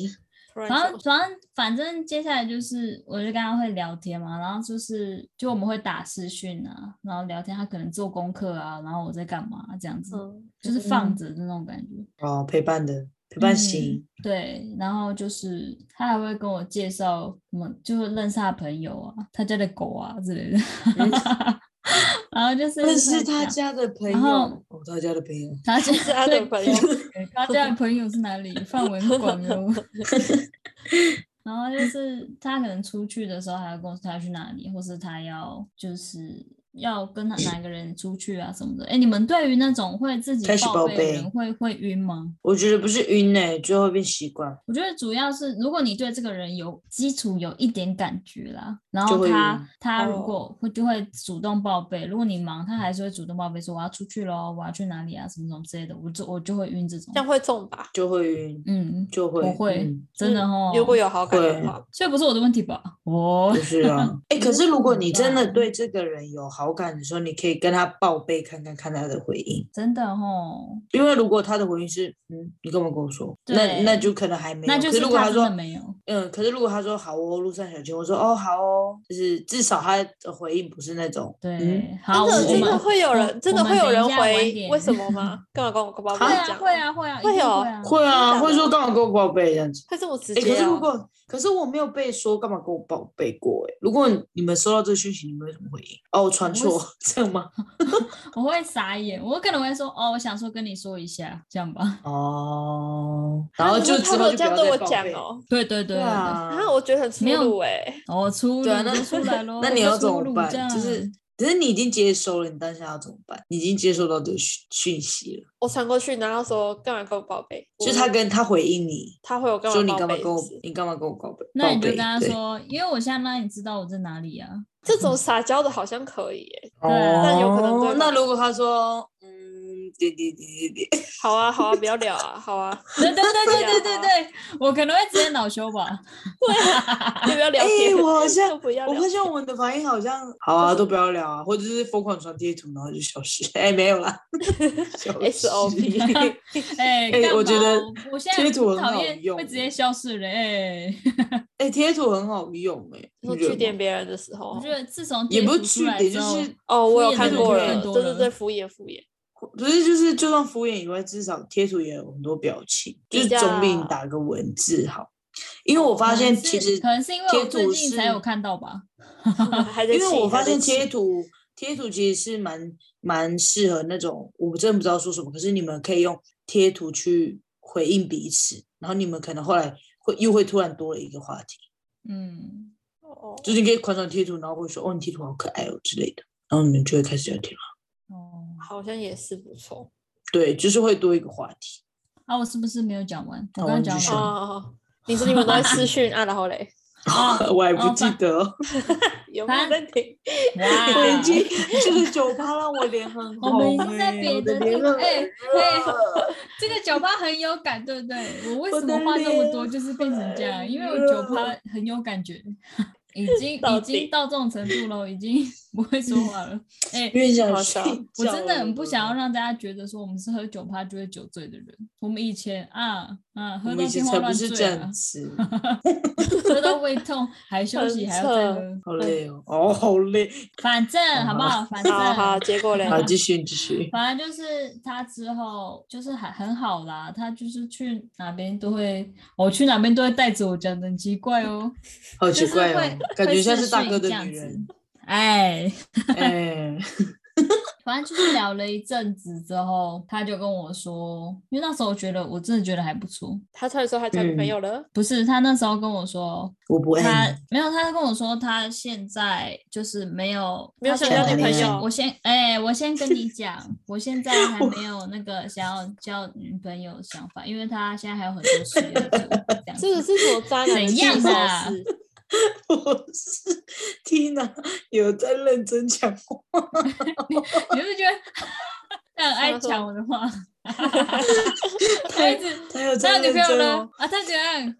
[SPEAKER 2] 突然
[SPEAKER 3] 反正
[SPEAKER 2] 想
[SPEAKER 3] 反正反正接下来就是，我就跟他会聊天嘛，然后就是就我们会打视讯啊，然后聊天，他可能做功课啊，然后我在干嘛这样子，
[SPEAKER 2] 嗯，
[SPEAKER 3] 就是放
[SPEAKER 1] 嗯
[SPEAKER 3] 着的那种感觉。
[SPEAKER 1] 哦，陪伴的陪伴型，
[SPEAKER 3] 嗯。对，然后就是他还会跟我介绍什么，就是认识他朋友啊，他家的狗啊之类的。 然后就是
[SPEAKER 1] 认识
[SPEAKER 3] 会
[SPEAKER 1] 嗯他
[SPEAKER 3] 讲
[SPEAKER 1] 家的朋友，
[SPEAKER 3] 然后
[SPEAKER 1] 哦，他家的朋友，
[SPEAKER 3] 他家
[SPEAKER 2] 他的
[SPEAKER 3] 对
[SPEAKER 2] 朋友
[SPEAKER 3] 他家的朋友是哪里？范围很广哦。然后就是他可能出去的时候还要跟我说他去哪里，或是他要就是要跟他哪一个人出去啊什么的。哎，你们对于那种会自己
[SPEAKER 1] 开始报
[SPEAKER 3] 报备的
[SPEAKER 1] 备
[SPEAKER 3] 人会会晕吗？
[SPEAKER 1] 我觉得不是晕呢、最后变习惯，
[SPEAKER 3] 我觉得主要是，如果你对这个人有基础有一点感觉啦，然
[SPEAKER 1] 就
[SPEAKER 3] 后
[SPEAKER 1] 会
[SPEAKER 3] 他
[SPEAKER 1] 晕
[SPEAKER 3] 他如
[SPEAKER 2] 哦
[SPEAKER 3] 果会就会主动报备，如果你忙，他还是会主动报备说我要出去咯，我要去哪里啊，什么什么之类的，我就我就会晕这种
[SPEAKER 2] 这。样会中吧？
[SPEAKER 1] 就会晕，
[SPEAKER 3] 嗯，
[SPEAKER 1] 就会
[SPEAKER 3] 我会、
[SPEAKER 1] 嗯
[SPEAKER 3] 真的
[SPEAKER 2] 嗯
[SPEAKER 3] 哦。
[SPEAKER 2] 如果，有好感
[SPEAKER 1] 会
[SPEAKER 2] 的话，
[SPEAKER 3] 所以不是我的问题吧？哦
[SPEAKER 1] 不，是啊。 哎、可是如果你真的
[SPEAKER 3] 嗯
[SPEAKER 1] 对这个人有好感的时候，你可以跟他报备看看看他的回应，
[SPEAKER 3] 真的哦，
[SPEAKER 1] 因为如果他的回应是嗯，你干嘛跟我说？那
[SPEAKER 3] 对
[SPEAKER 1] 那就可能还没有。
[SPEAKER 3] 那就
[SPEAKER 1] 可
[SPEAKER 3] 是
[SPEAKER 1] 如果
[SPEAKER 3] 他
[SPEAKER 1] 他
[SPEAKER 3] 真
[SPEAKER 1] 说
[SPEAKER 3] 的没有。
[SPEAKER 1] 嗯，可是如果他说好哦，路上小心，我说哦好哦，就是至少他的回应不是那种
[SPEAKER 3] 对，
[SPEAKER 1] 嗯，
[SPEAKER 2] 真
[SPEAKER 3] 好，我
[SPEAKER 2] 的真的
[SPEAKER 3] 们
[SPEAKER 2] 会有
[SPEAKER 3] 我
[SPEAKER 2] 人，真的
[SPEAKER 3] 们
[SPEAKER 2] 会有
[SPEAKER 3] 等一
[SPEAKER 2] 人
[SPEAKER 3] 下晚
[SPEAKER 2] 回
[SPEAKER 3] 点
[SPEAKER 2] 为什么吗？干嘛跟我跟爸
[SPEAKER 3] 会
[SPEAKER 2] 爸
[SPEAKER 3] 啊
[SPEAKER 2] 讲？
[SPEAKER 3] 会，啊会啊，一
[SPEAKER 2] 会
[SPEAKER 3] 定
[SPEAKER 2] 有
[SPEAKER 3] 啊。
[SPEAKER 1] 会啊，
[SPEAKER 2] 真的假的
[SPEAKER 1] 会说干嘛跟我报备这样子。
[SPEAKER 2] 会这么直
[SPEAKER 1] 哎、可
[SPEAKER 2] 接
[SPEAKER 1] 是如
[SPEAKER 2] 哦？
[SPEAKER 1] 果可是我没有被说干嘛跟我报备过哎、如果你们收到这个讯息，你们有什么回应？哦，我传
[SPEAKER 3] 我
[SPEAKER 1] 错 这样吗？
[SPEAKER 3] 我会傻眼，我可能会说哦，我想说跟你说一下，这样吧。
[SPEAKER 1] 哦，然
[SPEAKER 2] 啊
[SPEAKER 1] 后
[SPEAKER 2] 可
[SPEAKER 1] 就是之
[SPEAKER 2] 他如
[SPEAKER 1] 后
[SPEAKER 2] 果
[SPEAKER 1] 就
[SPEAKER 2] 这
[SPEAKER 1] 不要
[SPEAKER 2] 样对
[SPEAKER 1] 再
[SPEAKER 2] 我
[SPEAKER 1] 报
[SPEAKER 2] 讲
[SPEAKER 1] 备。
[SPEAKER 2] 哦，
[SPEAKER 3] 对对对
[SPEAKER 1] 对
[SPEAKER 3] 对对，
[SPEAKER 1] 啊，
[SPEAKER 2] 啊， 我觉得很粗
[SPEAKER 3] 没有
[SPEAKER 2] 鲁哎，
[SPEAKER 3] 哦，出
[SPEAKER 1] 对啊
[SPEAKER 3] 炉
[SPEAKER 1] 那
[SPEAKER 3] 就出来喽。
[SPEAKER 1] 那你
[SPEAKER 3] 就
[SPEAKER 1] 要怎
[SPEAKER 3] 出
[SPEAKER 1] 么
[SPEAKER 3] 炉
[SPEAKER 1] 办
[SPEAKER 3] 这？
[SPEAKER 1] 就是
[SPEAKER 3] 样，
[SPEAKER 1] 可是你已经接收了，你当下要怎么办？你已经接收到这个讯讯息了，
[SPEAKER 2] 我传过去，然后说干嘛跟我报备？
[SPEAKER 1] 就是
[SPEAKER 2] 我
[SPEAKER 1] 他跟他回应你，
[SPEAKER 2] 他会有干
[SPEAKER 1] 说你干嘛
[SPEAKER 2] 报备
[SPEAKER 1] 跟我
[SPEAKER 2] 是不是，
[SPEAKER 1] 你干嘛跟我告白？
[SPEAKER 3] 那你
[SPEAKER 1] 报
[SPEAKER 3] 就
[SPEAKER 1] 备
[SPEAKER 3] 跟他，
[SPEAKER 1] 对
[SPEAKER 3] 说，因为我现在让你知道我在哪里 啊。
[SPEAKER 2] 这种撒娇的好像可以欸耶。
[SPEAKER 3] 对啊
[SPEAKER 2] 那有可能对
[SPEAKER 1] 哦
[SPEAKER 2] 吧
[SPEAKER 1] 那如果他说，嗯，点点点点点，
[SPEAKER 2] 好啊，好啊，不要聊啊，好啊，
[SPEAKER 3] 对对对对对对
[SPEAKER 2] 对啊
[SPEAKER 3] 对，我可能会直接恼羞吧。
[SPEAKER 2] 要不要聊
[SPEAKER 1] 哎
[SPEAKER 2] 天？
[SPEAKER 1] 我好像
[SPEAKER 2] 都 不要
[SPEAKER 1] 我
[SPEAKER 2] 聊
[SPEAKER 1] 发，现我们的反应好像，好啊，都不要聊啊，或者是疯狂传贴图，然后就消失。哎，没有啦 消 失
[SPEAKER 2] SOP。
[SPEAKER 3] 哎，
[SPEAKER 1] 哎
[SPEAKER 3] 干
[SPEAKER 1] 我觉
[SPEAKER 3] 嘛
[SPEAKER 1] 得
[SPEAKER 3] 我现在
[SPEAKER 1] 贴图
[SPEAKER 3] 很
[SPEAKER 1] 很
[SPEAKER 3] 讨
[SPEAKER 1] 好
[SPEAKER 3] 厌
[SPEAKER 1] 用欸
[SPEAKER 3] 会直接消失人。哎，
[SPEAKER 1] 哎，贴图很好用哎，你
[SPEAKER 2] 说
[SPEAKER 1] 觉得
[SPEAKER 2] 去点
[SPEAKER 1] 吗
[SPEAKER 2] 别人的时候
[SPEAKER 3] 我，觉得自从
[SPEAKER 1] 哦也
[SPEAKER 3] 贴
[SPEAKER 1] 不是
[SPEAKER 3] 图出
[SPEAKER 1] 去
[SPEAKER 3] 来
[SPEAKER 1] 点，
[SPEAKER 3] 之
[SPEAKER 1] 就
[SPEAKER 3] 后
[SPEAKER 1] 是
[SPEAKER 2] 哦，
[SPEAKER 3] 敷
[SPEAKER 2] 我有
[SPEAKER 3] 衍
[SPEAKER 2] 看
[SPEAKER 3] 的
[SPEAKER 2] 过
[SPEAKER 3] 人
[SPEAKER 2] 了，
[SPEAKER 3] 更多
[SPEAKER 2] 对对
[SPEAKER 3] 了
[SPEAKER 2] 对，敷衍敷衍，
[SPEAKER 1] 不是就是就算敷衍以外，至少贴图也有很多表情，就是
[SPEAKER 2] 比较
[SPEAKER 1] 总比你打个文字好。因为我发
[SPEAKER 3] 啊可
[SPEAKER 1] 现
[SPEAKER 3] 能
[SPEAKER 1] 其
[SPEAKER 3] 是
[SPEAKER 1] 实
[SPEAKER 3] 可能是因为
[SPEAKER 1] 贴
[SPEAKER 3] 我最
[SPEAKER 1] 图
[SPEAKER 3] 近才有
[SPEAKER 1] 是
[SPEAKER 3] 看到吧。
[SPEAKER 2] 还在
[SPEAKER 1] 因为
[SPEAKER 2] 气
[SPEAKER 1] 我发
[SPEAKER 2] 还在
[SPEAKER 1] 现
[SPEAKER 2] 气
[SPEAKER 1] 贴图贴图其实是蛮蛮适合那种，我真的不知道说什么，可是你们可以用贴图去回应彼此，然后你们可能后来会又会突然多了一个话题，
[SPEAKER 3] 嗯，
[SPEAKER 2] 哦，
[SPEAKER 1] 就是你可以款上贴图，然后会说哦你贴图好可爱哦之类的，然后你们就会开始聊天了。
[SPEAKER 3] 哦，
[SPEAKER 2] 好像也是不错
[SPEAKER 1] 对，就是会多一个话题。
[SPEAKER 3] 啊，我是不是没有讲完？我
[SPEAKER 1] 好
[SPEAKER 3] 刚刚
[SPEAKER 1] 你
[SPEAKER 3] 讲
[SPEAKER 1] 继
[SPEAKER 2] 哦
[SPEAKER 1] 是
[SPEAKER 3] 完
[SPEAKER 1] 续
[SPEAKER 3] 了。
[SPEAKER 2] 哦。哦你说你们都在私讯啊，然后嘞，
[SPEAKER 3] 哦
[SPEAKER 1] 我还不
[SPEAKER 3] 哦
[SPEAKER 1] 记
[SPEAKER 3] 反
[SPEAKER 1] 得 哦，
[SPEAKER 2] 有没有在听？
[SPEAKER 1] 我已
[SPEAKER 3] 哇！
[SPEAKER 1] 经这个酒吧让我脸 很
[SPEAKER 3] 我们已
[SPEAKER 1] 红
[SPEAKER 3] 经在
[SPEAKER 1] 哎，
[SPEAKER 3] 别
[SPEAKER 1] 我的
[SPEAKER 3] 的
[SPEAKER 1] 脸
[SPEAKER 3] 地方，
[SPEAKER 1] 很
[SPEAKER 3] 哎、
[SPEAKER 1] 热
[SPEAKER 3] 哎、这个酒吧很有感，对不对？我为
[SPEAKER 1] 我
[SPEAKER 3] 什么
[SPEAKER 1] 的
[SPEAKER 3] 话这么多，
[SPEAKER 1] 脸
[SPEAKER 3] 就是变成这样，因为我
[SPEAKER 1] 很
[SPEAKER 3] 酒吧很有感觉，已经已
[SPEAKER 2] 到
[SPEAKER 3] 经
[SPEAKER 2] 底
[SPEAKER 3] 到这种程度了，已经 不会说话了。哎、
[SPEAKER 1] 越想
[SPEAKER 2] 好
[SPEAKER 1] 睡
[SPEAKER 2] 笑
[SPEAKER 3] 我真的
[SPEAKER 1] 觉
[SPEAKER 3] 很不想要
[SPEAKER 1] 了
[SPEAKER 3] 让大家觉得说我们是喝酒趴就会酒醉的人。我们以前啊啊，
[SPEAKER 1] 我
[SPEAKER 3] 喝
[SPEAKER 1] 们
[SPEAKER 3] 到
[SPEAKER 1] 以前
[SPEAKER 3] 天
[SPEAKER 1] 才
[SPEAKER 3] 花
[SPEAKER 1] 不
[SPEAKER 3] 乱
[SPEAKER 1] 是这
[SPEAKER 3] 坠啊
[SPEAKER 1] 样，子。
[SPEAKER 3] 喝到胃痛还休息，
[SPEAKER 2] 很
[SPEAKER 3] 还要再
[SPEAKER 2] 扯
[SPEAKER 3] 喝。
[SPEAKER 1] 好累哦，哦，好累。
[SPEAKER 3] 反正好不好？反正
[SPEAKER 2] 好好，结果嘞，
[SPEAKER 1] 好，继续继 续。
[SPEAKER 3] 反正就是他之后就是还很好啦，他就是去哪边都会，我、去哪边都会带着我讲，很奇怪哦，
[SPEAKER 1] 好
[SPEAKER 3] 就
[SPEAKER 1] 奇
[SPEAKER 3] 是
[SPEAKER 1] 怪
[SPEAKER 3] 会
[SPEAKER 1] 哦，感觉像
[SPEAKER 3] 是
[SPEAKER 1] 是大哥的女人。。
[SPEAKER 3] 哎，
[SPEAKER 1] 哎，
[SPEAKER 3] 反正就是聊了一阵子之后，他就跟我说，因为那时候我觉得我真的觉得还不错。
[SPEAKER 2] 他突然说他交女朋
[SPEAKER 1] 嗯
[SPEAKER 2] 友了，
[SPEAKER 3] 不是他那时候跟我说，
[SPEAKER 1] 我不
[SPEAKER 2] 嗯
[SPEAKER 3] 他
[SPEAKER 1] 爱你。
[SPEAKER 3] 没有，他跟我说他现在就是没有
[SPEAKER 2] 没有
[SPEAKER 3] 他
[SPEAKER 2] 想
[SPEAKER 3] 现
[SPEAKER 1] 交
[SPEAKER 3] 在
[SPEAKER 1] 女朋
[SPEAKER 3] 我先
[SPEAKER 2] 友
[SPEAKER 3] 我先哎、我先跟你讲，我现在还没有那个想要交女朋友的想法，因为他现在还有很多事要做。这样
[SPEAKER 2] 这个
[SPEAKER 3] 子
[SPEAKER 2] 是什么渣男
[SPEAKER 3] 怎样
[SPEAKER 2] 的
[SPEAKER 3] 啊
[SPEAKER 2] 手势？
[SPEAKER 1] 我是 Tina，有在认真讲话。
[SPEAKER 3] 你是不是觉 得他很爱
[SPEAKER 2] 哦他说
[SPEAKER 3] 抢我的话？ 他一直
[SPEAKER 1] 他有
[SPEAKER 3] 他
[SPEAKER 1] 在
[SPEAKER 3] 有女
[SPEAKER 1] 认
[SPEAKER 3] 朋
[SPEAKER 1] 真
[SPEAKER 3] 友了
[SPEAKER 1] 哦。
[SPEAKER 3] 啊？他怎样？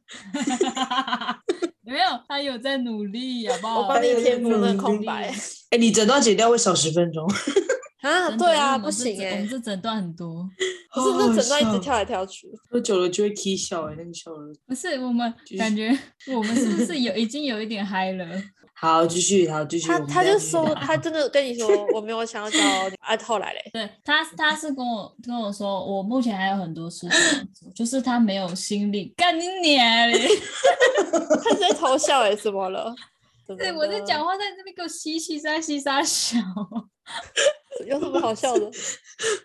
[SPEAKER 3] 没有，他有在努力，好不好？
[SPEAKER 2] 我帮
[SPEAKER 1] 有
[SPEAKER 2] 你
[SPEAKER 1] 点
[SPEAKER 2] 填补那个
[SPEAKER 1] 努
[SPEAKER 2] 空
[SPEAKER 1] 力
[SPEAKER 2] 白
[SPEAKER 1] 哎，你整段剪掉会少十分钟。
[SPEAKER 2] 啊，
[SPEAKER 3] 真的
[SPEAKER 2] 对
[SPEAKER 3] 因为
[SPEAKER 2] 啊，
[SPEAKER 3] 我
[SPEAKER 2] 不
[SPEAKER 3] 们这
[SPEAKER 2] 行
[SPEAKER 3] 整我
[SPEAKER 2] 哎
[SPEAKER 3] 们，这整段很多。
[SPEAKER 2] 不是
[SPEAKER 1] 好
[SPEAKER 2] 那
[SPEAKER 1] 好
[SPEAKER 2] 整段一
[SPEAKER 1] 笑
[SPEAKER 2] 直跳来跳去，
[SPEAKER 1] 喝酒了就会 k 笑哎、那个笑容。
[SPEAKER 3] 不是我们
[SPEAKER 1] 就是
[SPEAKER 3] 感 觉我们是不是有已经有一点嗨了？
[SPEAKER 1] 好，继续，好，继续。
[SPEAKER 2] 他
[SPEAKER 1] 我们
[SPEAKER 2] 他
[SPEAKER 1] 不要
[SPEAKER 2] 就
[SPEAKER 1] 继续
[SPEAKER 2] 说
[SPEAKER 1] 打
[SPEAKER 2] 他真的 跟你说我没有想要交你啊，后来嘞，
[SPEAKER 3] 对他，他是跟我跟我说，我目前还有很多事情要 做，就是他没有心力。干你娘嘞！
[SPEAKER 2] 他是在偷笑哎、怎么了？怎
[SPEAKER 3] 对，
[SPEAKER 2] 么
[SPEAKER 3] 我在
[SPEAKER 2] 了
[SPEAKER 3] 讲话，在这边给我嘻嘻沙嘻沙笑。
[SPEAKER 2] 有什么好笑的？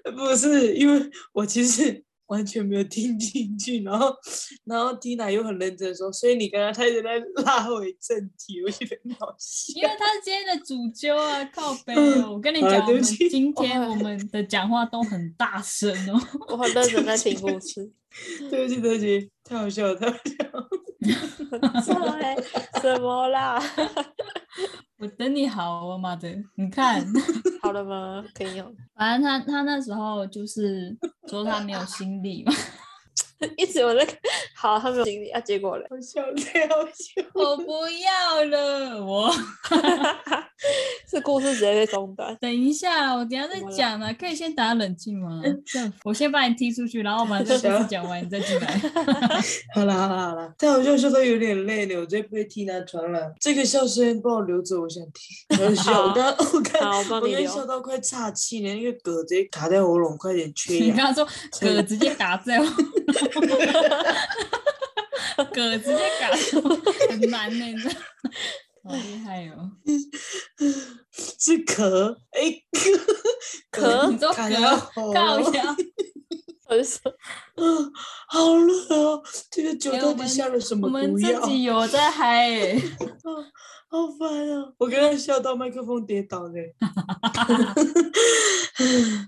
[SPEAKER 1] 呃不是，因为我其实完全没有听进去，然后然后 Tina 又很认真地说，所以你刚刚他一直在拉回正题，我觉得很好笑
[SPEAKER 3] 因。为他是今天的主揪啊， 靠背
[SPEAKER 1] 嗯
[SPEAKER 3] 哦。我跟你
[SPEAKER 1] 好
[SPEAKER 3] 讲，
[SPEAKER 1] 了
[SPEAKER 3] 我
[SPEAKER 1] 对不
[SPEAKER 3] 们
[SPEAKER 1] 起
[SPEAKER 3] 今天我们的讲话都很大声哦。
[SPEAKER 2] 我很认真在听故 事。
[SPEAKER 1] 对不起，对不起，太好笑了，太好笑了。
[SPEAKER 2] 上来什么啦？
[SPEAKER 3] 我等你好，我妈的，你看，
[SPEAKER 2] 好了吗？可以用。
[SPEAKER 3] 反正他他那时候就是说他没有心力嘛，
[SPEAKER 2] 一直有那个好，他没有经历啊，结果嘞，
[SPEAKER 1] 好笑，太好笑了。
[SPEAKER 3] 我不要了，我
[SPEAKER 2] 这故事直接被中断。
[SPEAKER 3] 等一下，我等一下再
[SPEAKER 2] 怎么了
[SPEAKER 3] 讲啊，可以先打冷静 吗？这样我先把你踢出去，然后我把这个故事讲完，你再进 来。
[SPEAKER 1] 好啦好啦好啦，太好笑，笑到有点累了，我最被 Tina 传染。这个笑声帮我留着，我想听。很笑，我刚我刚
[SPEAKER 2] 好，我帮
[SPEAKER 1] 我
[SPEAKER 2] 你
[SPEAKER 1] 刚笑
[SPEAKER 2] 留。
[SPEAKER 1] 到快岔气了，那个嗝直接卡在喉咙，快点缺
[SPEAKER 3] 你
[SPEAKER 1] 氧。
[SPEAKER 3] 刚刚说嗝直接嘎在我， 嗝直接嘎在我，很难呢、你知道 吗好厉害哦！
[SPEAKER 1] 是咳，哎、
[SPEAKER 2] 咳
[SPEAKER 3] 你说
[SPEAKER 1] 卡
[SPEAKER 3] 嗝
[SPEAKER 1] 在喉
[SPEAKER 3] 靠
[SPEAKER 1] 咙
[SPEAKER 3] 腰，
[SPEAKER 2] 我就
[SPEAKER 1] 啊，
[SPEAKER 2] 说
[SPEAKER 1] 好冷哦！这个酒
[SPEAKER 3] 哎
[SPEAKER 1] 到
[SPEAKER 3] 我
[SPEAKER 1] 底
[SPEAKER 3] 们
[SPEAKER 1] 下了什
[SPEAKER 3] 我
[SPEAKER 1] 么
[SPEAKER 3] 们
[SPEAKER 1] 毒
[SPEAKER 3] 自
[SPEAKER 1] 药？ 啊
[SPEAKER 3] 己有在嗨、欸，
[SPEAKER 1] 好烦啊！我刚刚笑到麦克风跌倒嘞，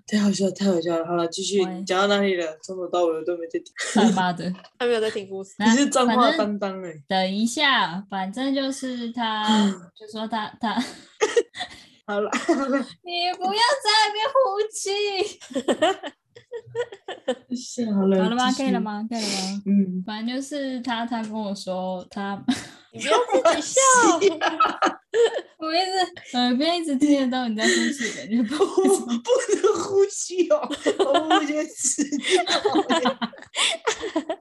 [SPEAKER 1] 太好笑，太好笑了！好了，继续
[SPEAKER 3] 喂
[SPEAKER 1] 讲到哪里了？从头到尾我都没在听，
[SPEAKER 3] 他妈的！
[SPEAKER 2] 他没有在听故事。
[SPEAKER 1] 你是脏
[SPEAKER 3] 反
[SPEAKER 1] 话
[SPEAKER 3] 正
[SPEAKER 1] 担当哎、
[SPEAKER 3] 等一下，反正就是他，就说他他，
[SPEAKER 1] 好 了，
[SPEAKER 3] 你不要在那边呼气。
[SPEAKER 1] 笑好了，
[SPEAKER 3] 好了吗？
[SPEAKER 1] 继
[SPEAKER 3] 可以了
[SPEAKER 1] 续？
[SPEAKER 3] 吗？可以了吗？
[SPEAKER 1] 嗯，
[SPEAKER 3] 反正就是他，他跟我说他，
[SPEAKER 2] 你不要 自己笑，
[SPEAKER 3] 我一直耳边一直听得到你在呼气， 感觉不
[SPEAKER 1] 我不能呼吸哦，我觉得死掉欸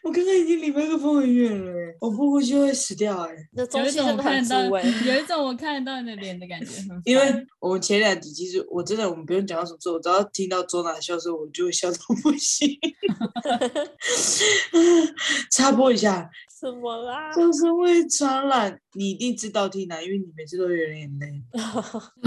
[SPEAKER 1] 我刚刚已经离麦克风很远了欸、我不呼吸会死掉哎、
[SPEAKER 2] 那中
[SPEAKER 3] 有一
[SPEAKER 2] 气
[SPEAKER 3] 种
[SPEAKER 2] 真
[SPEAKER 3] 我
[SPEAKER 2] 的很
[SPEAKER 3] 看
[SPEAKER 2] 足
[SPEAKER 3] 得到，
[SPEAKER 2] 哎、
[SPEAKER 3] 有一种我看得到你的脸的感觉，很
[SPEAKER 1] 因
[SPEAKER 3] 烦
[SPEAKER 1] 为我们前两集其实我真的我们不用讲到什么时候，我只要听到周娜笑声，我就会笑到不行。 插播一下，
[SPEAKER 2] 什么啦？
[SPEAKER 1] 笑声会传染，你一定知道 Tina，因为你每次都有点累。 太好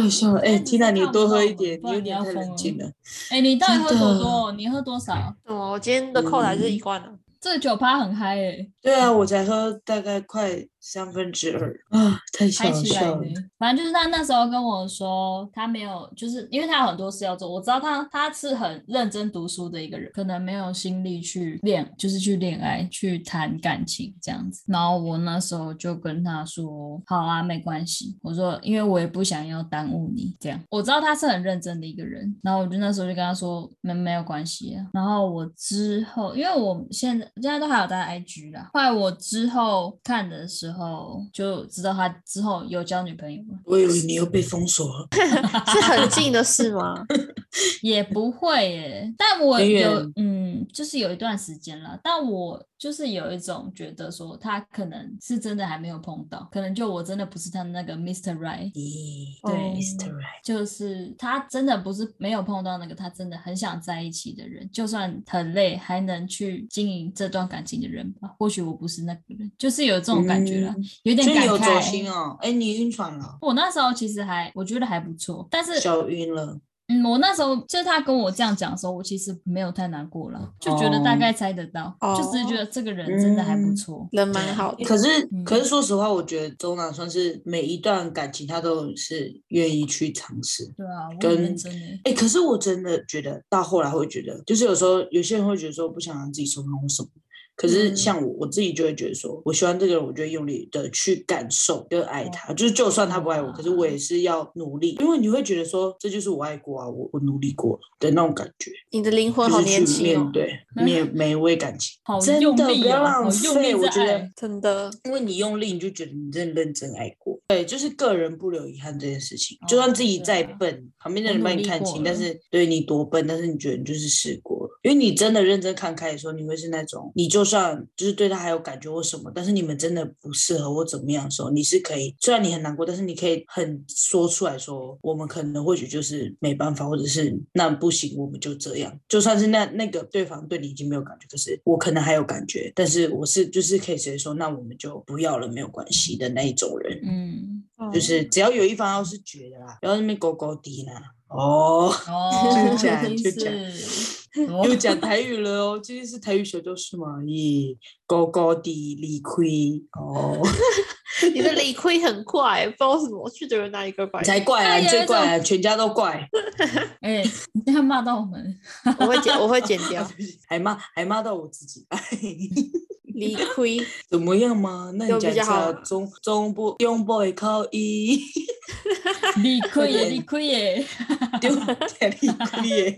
[SPEAKER 1] 笑了，哎、
[SPEAKER 3] 那
[SPEAKER 1] t
[SPEAKER 3] 只
[SPEAKER 1] i
[SPEAKER 3] 是
[SPEAKER 1] n a 你
[SPEAKER 3] 看
[SPEAKER 1] 多
[SPEAKER 3] 不到
[SPEAKER 1] 喝一
[SPEAKER 3] 我
[SPEAKER 1] 点，
[SPEAKER 3] 不
[SPEAKER 1] 你
[SPEAKER 3] 然
[SPEAKER 1] 有
[SPEAKER 3] 你
[SPEAKER 1] 点
[SPEAKER 3] 要
[SPEAKER 1] 太冷
[SPEAKER 3] 疯
[SPEAKER 1] 静了。
[SPEAKER 3] 哎，你到底喝多
[SPEAKER 1] 真
[SPEAKER 3] 多？你喝多少？
[SPEAKER 2] 哦，我今天的扣打是一罐啊。
[SPEAKER 3] 这个酒趴很嗨诶，
[SPEAKER 1] 对啊，我才喝大概快三分之二啊，太
[SPEAKER 3] 嗯嗨
[SPEAKER 1] 小
[SPEAKER 3] 起来
[SPEAKER 1] 笑了
[SPEAKER 3] 呢。。反正就是他那时候跟我说，他没有，就是因为他有很多事要做。我知道他他是很认真读书的一个人，可能没有心力去恋，就是去恋爱、去谈感情这样子。然后我那时候就跟他说：“好啊，没关系。”我说：“因为我也不想要耽误你。”这样我知道他是很认真的一个人。然后我就那时候就跟他说：“没没有关系啊。”然后我之后，因为我现在现在都还有在 IG 啦。后来我之后看的时候就知道他之后有交女朋友了。
[SPEAKER 1] 我以为你又被封锁了，
[SPEAKER 2] 是很近的事吗？
[SPEAKER 3] 也不会耶，但我
[SPEAKER 1] 远
[SPEAKER 3] 有
[SPEAKER 1] 远
[SPEAKER 3] 嗯，就是有一段时间了，但我就是有一种觉得说他可能是真的还没有碰到，可能就我真的不是他那个 Mr. Right，
[SPEAKER 1] 咦
[SPEAKER 3] 对
[SPEAKER 2] 哦
[SPEAKER 1] ，Mr. Right，
[SPEAKER 3] 就是他真的不是没有碰到那个他真的很想在一起的人，就算很累还能去经营这段感情的人吧。或许我不是那个人，就是有这种感觉啦，
[SPEAKER 1] 嗯
[SPEAKER 3] 有点
[SPEAKER 1] 所以
[SPEAKER 3] 感
[SPEAKER 1] 你有走心
[SPEAKER 3] 慨。
[SPEAKER 1] 哦，哎、你晕船了。
[SPEAKER 3] 我那时候其实还我觉得还不错，但是
[SPEAKER 1] 小晕了，
[SPEAKER 3] 嗯，我那时候就是他跟我这样讲的时候，我其实没有太难过了，就觉得大
[SPEAKER 1] 哦
[SPEAKER 3] 概猜得到，就只是觉
[SPEAKER 2] 哦
[SPEAKER 3] 得这个人真的还不
[SPEAKER 1] 嗯
[SPEAKER 3] 错，
[SPEAKER 2] 人
[SPEAKER 3] 对
[SPEAKER 2] 蛮
[SPEAKER 3] 啊。
[SPEAKER 2] 好的，
[SPEAKER 1] 可是
[SPEAKER 3] 嗯
[SPEAKER 1] 可是说实话，我觉得周娜算是每一段感情她都是愿意去尝试。
[SPEAKER 3] 对啊，我很认
[SPEAKER 1] 跟
[SPEAKER 3] 真诶。
[SPEAKER 1] 哎、可是我真的觉得到后来会觉得，就是有时候有些人会觉得说不想让自己受伤或什么。可是
[SPEAKER 2] 嗯
[SPEAKER 1] 像我，我自己就会觉得说，我喜欢这个人，我就会用力的去感受跟爱
[SPEAKER 3] 哦
[SPEAKER 1] 他，就是就算他不爱我，可是我也是要努力，因为你会觉得说，这就是我爱过啊，我我努力过了的那种感觉，
[SPEAKER 2] 你的灵魂
[SPEAKER 1] 就
[SPEAKER 2] 好
[SPEAKER 1] 是
[SPEAKER 2] 年
[SPEAKER 1] 去
[SPEAKER 2] 轻哦
[SPEAKER 1] 面，对每每一位感情，
[SPEAKER 3] 好
[SPEAKER 1] 真
[SPEAKER 3] 用
[SPEAKER 1] 的
[SPEAKER 3] 力
[SPEAKER 1] 不要
[SPEAKER 3] 哦好
[SPEAKER 1] 浪
[SPEAKER 3] 用力
[SPEAKER 1] 费，我
[SPEAKER 3] 在
[SPEAKER 1] 觉得
[SPEAKER 3] 爱
[SPEAKER 2] 真的。
[SPEAKER 1] 因为你用力，你就觉得你真的认真爱过。对，就是个人不留遗憾这件事情，就
[SPEAKER 3] 哦
[SPEAKER 1] 算自己
[SPEAKER 3] 对
[SPEAKER 1] 再
[SPEAKER 3] 啊
[SPEAKER 1] 笨，旁边的
[SPEAKER 3] 我
[SPEAKER 1] 人
[SPEAKER 3] 努
[SPEAKER 1] 帮你
[SPEAKER 3] 力
[SPEAKER 1] 看
[SPEAKER 3] 过
[SPEAKER 1] 清，但
[SPEAKER 3] 了
[SPEAKER 1] 是对你多笨，但是你觉得你就是试过了，因为你真的认真看开的时候，你会是那种你就算就是对他还有感觉或什么，但是你们真的不适合或怎么样的时候，你是可以虽然你很难过，但是你可以很说出来说，我们可能或许就是没办法，或者是那不行，我们就这样。就算是那那个对方对你已经没有感觉，可是我可能还有感觉，但是我是就是可以直接说，那我们就不要了，没有关系的那一种人，
[SPEAKER 3] 嗯，
[SPEAKER 1] 就是只要有一方要是觉得啦，不要在那边勾勾滴啦。哦，
[SPEAKER 3] 哦，
[SPEAKER 1] 就这样
[SPEAKER 3] 一
[SPEAKER 1] 就这
[SPEAKER 3] 定
[SPEAKER 1] 样
[SPEAKER 3] 是，哦
[SPEAKER 1] 又讲台语了哦，今天是台语小教室嘛？咦，高高的理亏哦，
[SPEAKER 2] 你的理亏很快，不知道为什么，我去觉得那一个怪
[SPEAKER 1] 你，才怪啊！
[SPEAKER 3] 哎
[SPEAKER 1] 你
[SPEAKER 3] 呀
[SPEAKER 1] 最怪啊！全家都怪，
[SPEAKER 3] 哎，你这样骂到我们，
[SPEAKER 2] 我会剪，我会剪 掉
[SPEAKER 1] 还骂还骂到我自己。 哎，
[SPEAKER 2] 理亏。
[SPEAKER 1] 怎么样嘛？那你
[SPEAKER 2] 有
[SPEAKER 1] 讲
[SPEAKER 2] 比
[SPEAKER 1] 一
[SPEAKER 2] 较好
[SPEAKER 1] 下
[SPEAKER 2] 吗
[SPEAKER 1] 中中部中部的口音，
[SPEAKER 3] 理亏耶，理亏耶，
[SPEAKER 1] 丢在理亏耶，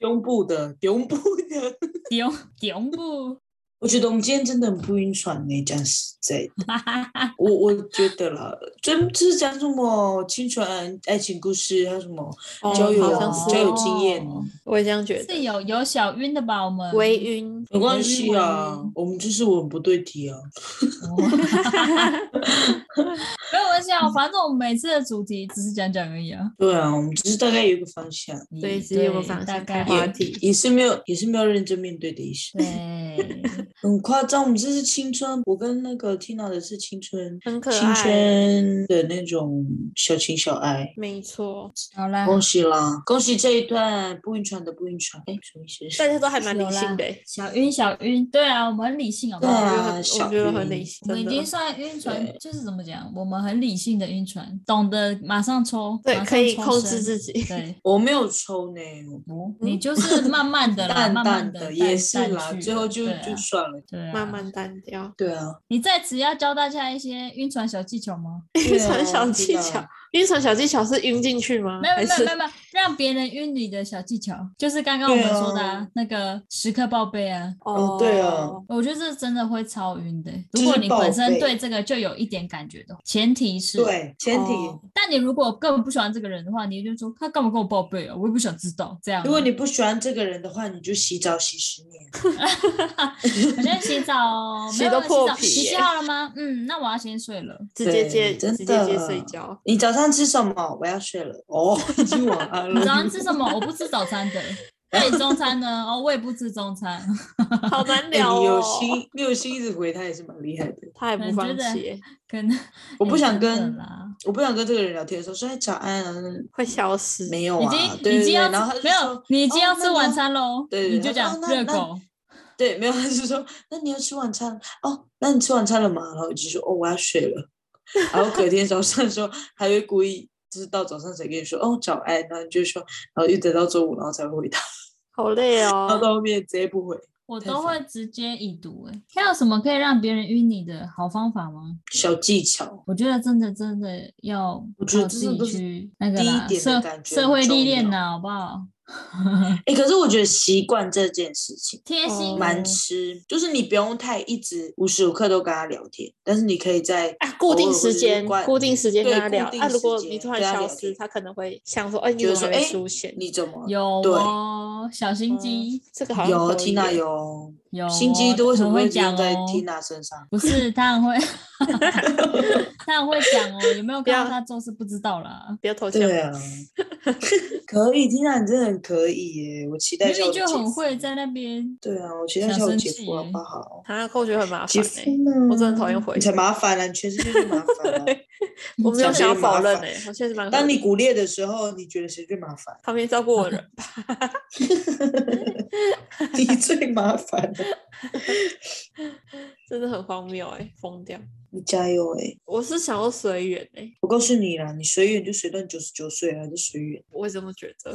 [SPEAKER 1] 中部的中部的。
[SPEAKER 3] 丢丢不，
[SPEAKER 1] 我觉得我们今天真的很不晕船呢、讲实在的，我我觉得啦，真就是讲什么青春爱情故事，还有什么
[SPEAKER 2] 哦
[SPEAKER 1] 交友啊
[SPEAKER 2] 好像是
[SPEAKER 1] 交友经验
[SPEAKER 3] 哦
[SPEAKER 2] 我也这样觉得。
[SPEAKER 3] 是有有小晕的吧？我们
[SPEAKER 2] 微 晕，
[SPEAKER 1] 没关系啊
[SPEAKER 3] 嗯，
[SPEAKER 1] 我们就是我们不对题啊。
[SPEAKER 3] 哦没有关系啊，反正我们每次的主题只是讲讲而已啊。
[SPEAKER 1] 对啊，我们只是大概有一个方向，
[SPEAKER 2] 对
[SPEAKER 3] 嗯
[SPEAKER 2] 只有个方
[SPEAKER 3] 大
[SPEAKER 2] 向开
[SPEAKER 3] 概
[SPEAKER 2] 话
[SPEAKER 3] 也
[SPEAKER 2] 题
[SPEAKER 1] 也是没有也是没有认真面对的意思。
[SPEAKER 3] 对，
[SPEAKER 1] 很夸张，我们这是青春，我跟那个 Tina 的是青春，
[SPEAKER 2] 很可
[SPEAKER 1] 青
[SPEAKER 2] 爱，
[SPEAKER 1] 春的那种小情小爱。
[SPEAKER 2] 没错，
[SPEAKER 3] 好啦，
[SPEAKER 1] 恭喜啦！恭喜这一段不晕船的不晕船，哎，什么意思？
[SPEAKER 2] 大家都还蛮理
[SPEAKER 3] 有
[SPEAKER 2] 性
[SPEAKER 3] 啦
[SPEAKER 2] 的欸，
[SPEAKER 3] 小晕小晕，对啊，我们很理性，好不
[SPEAKER 1] 对
[SPEAKER 3] 好？
[SPEAKER 1] 啊，
[SPEAKER 2] 我
[SPEAKER 1] 小
[SPEAKER 2] 觉得很理
[SPEAKER 1] 鱼
[SPEAKER 2] 性，
[SPEAKER 3] 我们已
[SPEAKER 2] 真
[SPEAKER 3] 经
[SPEAKER 2] 的。
[SPEAKER 3] 算晕船
[SPEAKER 1] 对，
[SPEAKER 3] 就是怎么讲，我们很理性的晕船，懂得马上抽，
[SPEAKER 2] 对
[SPEAKER 3] 马上
[SPEAKER 2] 可以
[SPEAKER 3] 抽
[SPEAKER 2] 控
[SPEAKER 3] 身
[SPEAKER 2] 制自己
[SPEAKER 3] 对，
[SPEAKER 1] 我没有抽呢，嗯
[SPEAKER 3] 哦你就是慢慢的啦，
[SPEAKER 1] 淡
[SPEAKER 3] 慢
[SPEAKER 1] 淡
[SPEAKER 3] 慢的，
[SPEAKER 1] 也是啦，
[SPEAKER 3] 淡去
[SPEAKER 1] 最后就
[SPEAKER 3] 对啊
[SPEAKER 1] 就算 了。
[SPEAKER 3] 对啊
[SPEAKER 2] 慢。慢单调，
[SPEAKER 1] 对啊，
[SPEAKER 3] 你在此要教大家一些晕船小技巧吗？
[SPEAKER 2] 晕
[SPEAKER 1] 对啊
[SPEAKER 2] 船小技，
[SPEAKER 1] 真的
[SPEAKER 2] 巧，晕船小技巧是晕进去
[SPEAKER 1] 啊
[SPEAKER 2] 吗？
[SPEAKER 3] 没有没
[SPEAKER 2] 还
[SPEAKER 3] 有
[SPEAKER 2] 是
[SPEAKER 3] 没有没有，让别人晕你的小技巧，就是刚刚我们
[SPEAKER 1] 对啊
[SPEAKER 3] 说的啊那个时刻报备啊。
[SPEAKER 1] 哦对啊
[SPEAKER 3] 我觉得这真的会超晕的欸。
[SPEAKER 1] 就是
[SPEAKER 3] 如果你
[SPEAKER 1] 报
[SPEAKER 3] 本身
[SPEAKER 1] 备
[SPEAKER 3] 对这个就有一点感觉的话，前提是。
[SPEAKER 1] 对，前提
[SPEAKER 2] 哦
[SPEAKER 3] 但你如果根本不喜欢这个人的话，你就说他干嘛跟我报备啊？我也不想知道。这样啊，
[SPEAKER 1] 如果你不喜欢这个人的话，你就洗澡洗十年。
[SPEAKER 3] 我先洗澡 哦，
[SPEAKER 2] 洗
[SPEAKER 3] 没有
[SPEAKER 2] 到
[SPEAKER 3] 没有
[SPEAKER 2] 破
[SPEAKER 3] 洗澡
[SPEAKER 2] 皮
[SPEAKER 3] 洗
[SPEAKER 2] 耶
[SPEAKER 3] 好了吗？嗯，那我要先睡了。
[SPEAKER 2] 直接
[SPEAKER 1] 对
[SPEAKER 2] 接
[SPEAKER 1] 真
[SPEAKER 2] 直接接
[SPEAKER 1] 的
[SPEAKER 2] 睡觉，
[SPEAKER 1] 你早上吃什么？我要睡了。哦， 已经晚安
[SPEAKER 3] 你
[SPEAKER 1] 了。
[SPEAKER 3] 早上吃什么？我不吃早餐的。那你中餐呢？哦，我也不吃中餐。
[SPEAKER 2] 好难
[SPEAKER 1] 哎
[SPEAKER 2] 聊
[SPEAKER 1] 你有
[SPEAKER 2] 哦。
[SPEAKER 1] 心，你有心一直回他也是蛮厉害的。
[SPEAKER 2] 他也不
[SPEAKER 3] 我觉
[SPEAKER 2] 放
[SPEAKER 3] 得
[SPEAKER 2] 弃耶，
[SPEAKER 3] 可能
[SPEAKER 1] 我不想
[SPEAKER 3] 真的
[SPEAKER 1] 跟
[SPEAKER 3] 啦，
[SPEAKER 1] 我不想跟这个人聊天的时候说哎早安啊，
[SPEAKER 2] 会消失。
[SPEAKER 1] 没有
[SPEAKER 3] 已
[SPEAKER 1] 啊，
[SPEAKER 3] 经
[SPEAKER 1] 对
[SPEAKER 3] 已
[SPEAKER 1] 对对，
[SPEAKER 3] 经要
[SPEAKER 1] 然后他
[SPEAKER 3] 吃
[SPEAKER 1] 就
[SPEAKER 3] 没有
[SPEAKER 1] 说，
[SPEAKER 3] 你已经
[SPEAKER 1] 哦
[SPEAKER 3] 要
[SPEAKER 1] 那
[SPEAKER 3] 吃
[SPEAKER 1] 个
[SPEAKER 3] 晚餐喽。
[SPEAKER 1] 对对
[SPEAKER 3] 你
[SPEAKER 1] 对
[SPEAKER 3] 就
[SPEAKER 1] 他
[SPEAKER 3] 讲
[SPEAKER 1] 说哦那
[SPEAKER 3] 热
[SPEAKER 1] 那
[SPEAKER 3] 狗。
[SPEAKER 1] 对，没有，他就说那你要吃晚餐哦，那你吃晚餐了吗？然后我就说哦我要睡了，然后隔天早上的时候还会故意。就是到早上才跟你说哦早安，然后你就说，然后又等到中午，然后才会回他，
[SPEAKER 2] 好累
[SPEAKER 1] 然后
[SPEAKER 2] 哦，
[SPEAKER 1] 到后面直接不回。
[SPEAKER 3] 我
[SPEAKER 1] 太
[SPEAKER 3] 都
[SPEAKER 1] 烦
[SPEAKER 3] 会直接已读哎、还有什么可以让别人晕你的好方法吗？
[SPEAKER 1] 小技巧，
[SPEAKER 3] 我觉得真的真的要
[SPEAKER 1] 我觉得
[SPEAKER 3] 靠
[SPEAKER 1] 这
[SPEAKER 3] 自
[SPEAKER 1] 种
[SPEAKER 3] 己
[SPEAKER 1] 都是
[SPEAKER 3] 去那个
[SPEAKER 1] 第一
[SPEAKER 3] 啦，
[SPEAKER 1] 点的
[SPEAKER 3] 社
[SPEAKER 1] 感觉
[SPEAKER 3] 社
[SPEAKER 1] 很
[SPEAKER 3] 会历
[SPEAKER 1] 重
[SPEAKER 3] 练
[SPEAKER 1] 要
[SPEAKER 3] 呐，好不好？
[SPEAKER 1] 哎、可是我觉得习惯这件事情。
[SPEAKER 3] 贴心
[SPEAKER 2] 哦
[SPEAKER 1] 蛮吃，就是你不用太一直无时无刻都跟他聊天，但是你可以在
[SPEAKER 2] 啊，固定时间，固定时间跟
[SPEAKER 1] 对
[SPEAKER 2] 他聊。
[SPEAKER 1] 固定
[SPEAKER 2] 啊，如果
[SPEAKER 1] 时间
[SPEAKER 2] 你突然
[SPEAKER 1] 跟他聊
[SPEAKER 2] 消失，
[SPEAKER 1] 天
[SPEAKER 2] 他可能会想说，哎，你
[SPEAKER 1] 觉
[SPEAKER 2] 怎
[SPEAKER 1] 得
[SPEAKER 2] 么
[SPEAKER 1] 说
[SPEAKER 2] 还没
[SPEAKER 1] 哎
[SPEAKER 2] 出现？
[SPEAKER 1] 你怎么
[SPEAKER 3] 有
[SPEAKER 1] 对
[SPEAKER 3] 哦，小心
[SPEAKER 2] 嗯
[SPEAKER 3] 机、
[SPEAKER 2] 这个好像
[SPEAKER 1] 有
[SPEAKER 2] 可以
[SPEAKER 1] Tina
[SPEAKER 2] 耶
[SPEAKER 1] 有
[SPEAKER 3] 有、哦，
[SPEAKER 1] 嗯心机都为什
[SPEAKER 3] 很
[SPEAKER 1] 么
[SPEAKER 3] 会
[SPEAKER 1] 会
[SPEAKER 3] 讲
[SPEAKER 1] 用在啊
[SPEAKER 3] 哦？
[SPEAKER 1] Tina 身 上？
[SPEAKER 3] 不是他很会，他很会讲哦，有没有
[SPEAKER 2] 不
[SPEAKER 3] 看
[SPEAKER 2] 要
[SPEAKER 3] 到他做事不知道啦？
[SPEAKER 2] 不要偷笑。
[SPEAKER 1] 对啊， 可以，Tina 你真的很可以耶！我期待一
[SPEAKER 3] 明
[SPEAKER 1] 下我
[SPEAKER 3] 明
[SPEAKER 1] 的
[SPEAKER 3] 就
[SPEAKER 1] 姐
[SPEAKER 3] 很
[SPEAKER 1] 夫
[SPEAKER 3] 会在那边，
[SPEAKER 1] 对啊，我期待一
[SPEAKER 3] 想
[SPEAKER 1] 下我
[SPEAKER 3] 生
[SPEAKER 1] 姐
[SPEAKER 3] 气
[SPEAKER 1] 夫好
[SPEAKER 3] 耶
[SPEAKER 1] 不好？
[SPEAKER 2] 啊，扣觉得很麻
[SPEAKER 1] 姐
[SPEAKER 2] 烦
[SPEAKER 1] 夫
[SPEAKER 2] 哎，
[SPEAKER 1] 呢？
[SPEAKER 2] 我真的讨厌回。
[SPEAKER 1] 你才麻烦啊了，你全世界最麻烦了
[SPEAKER 2] 我没有
[SPEAKER 1] 讲
[SPEAKER 2] 想要
[SPEAKER 1] 这个麻
[SPEAKER 2] 否认
[SPEAKER 1] 烦
[SPEAKER 2] 哎，我确实蛮
[SPEAKER 1] 当你
[SPEAKER 2] 你？
[SPEAKER 1] 骨裂的时候，你觉得谁最麻烦
[SPEAKER 2] 旁边照顾我的人，
[SPEAKER 1] 你最麻烦，
[SPEAKER 2] 真的很荒谬哎，疯掉。
[SPEAKER 1] 你加油哎！
[SPEAKER 2] 我是想要随缘哎，
[SPEAKER 1] 我告诉你啦，你随缘就随到九十九岁还是随缘。
[SPEAKER 2] 我怎么觉得？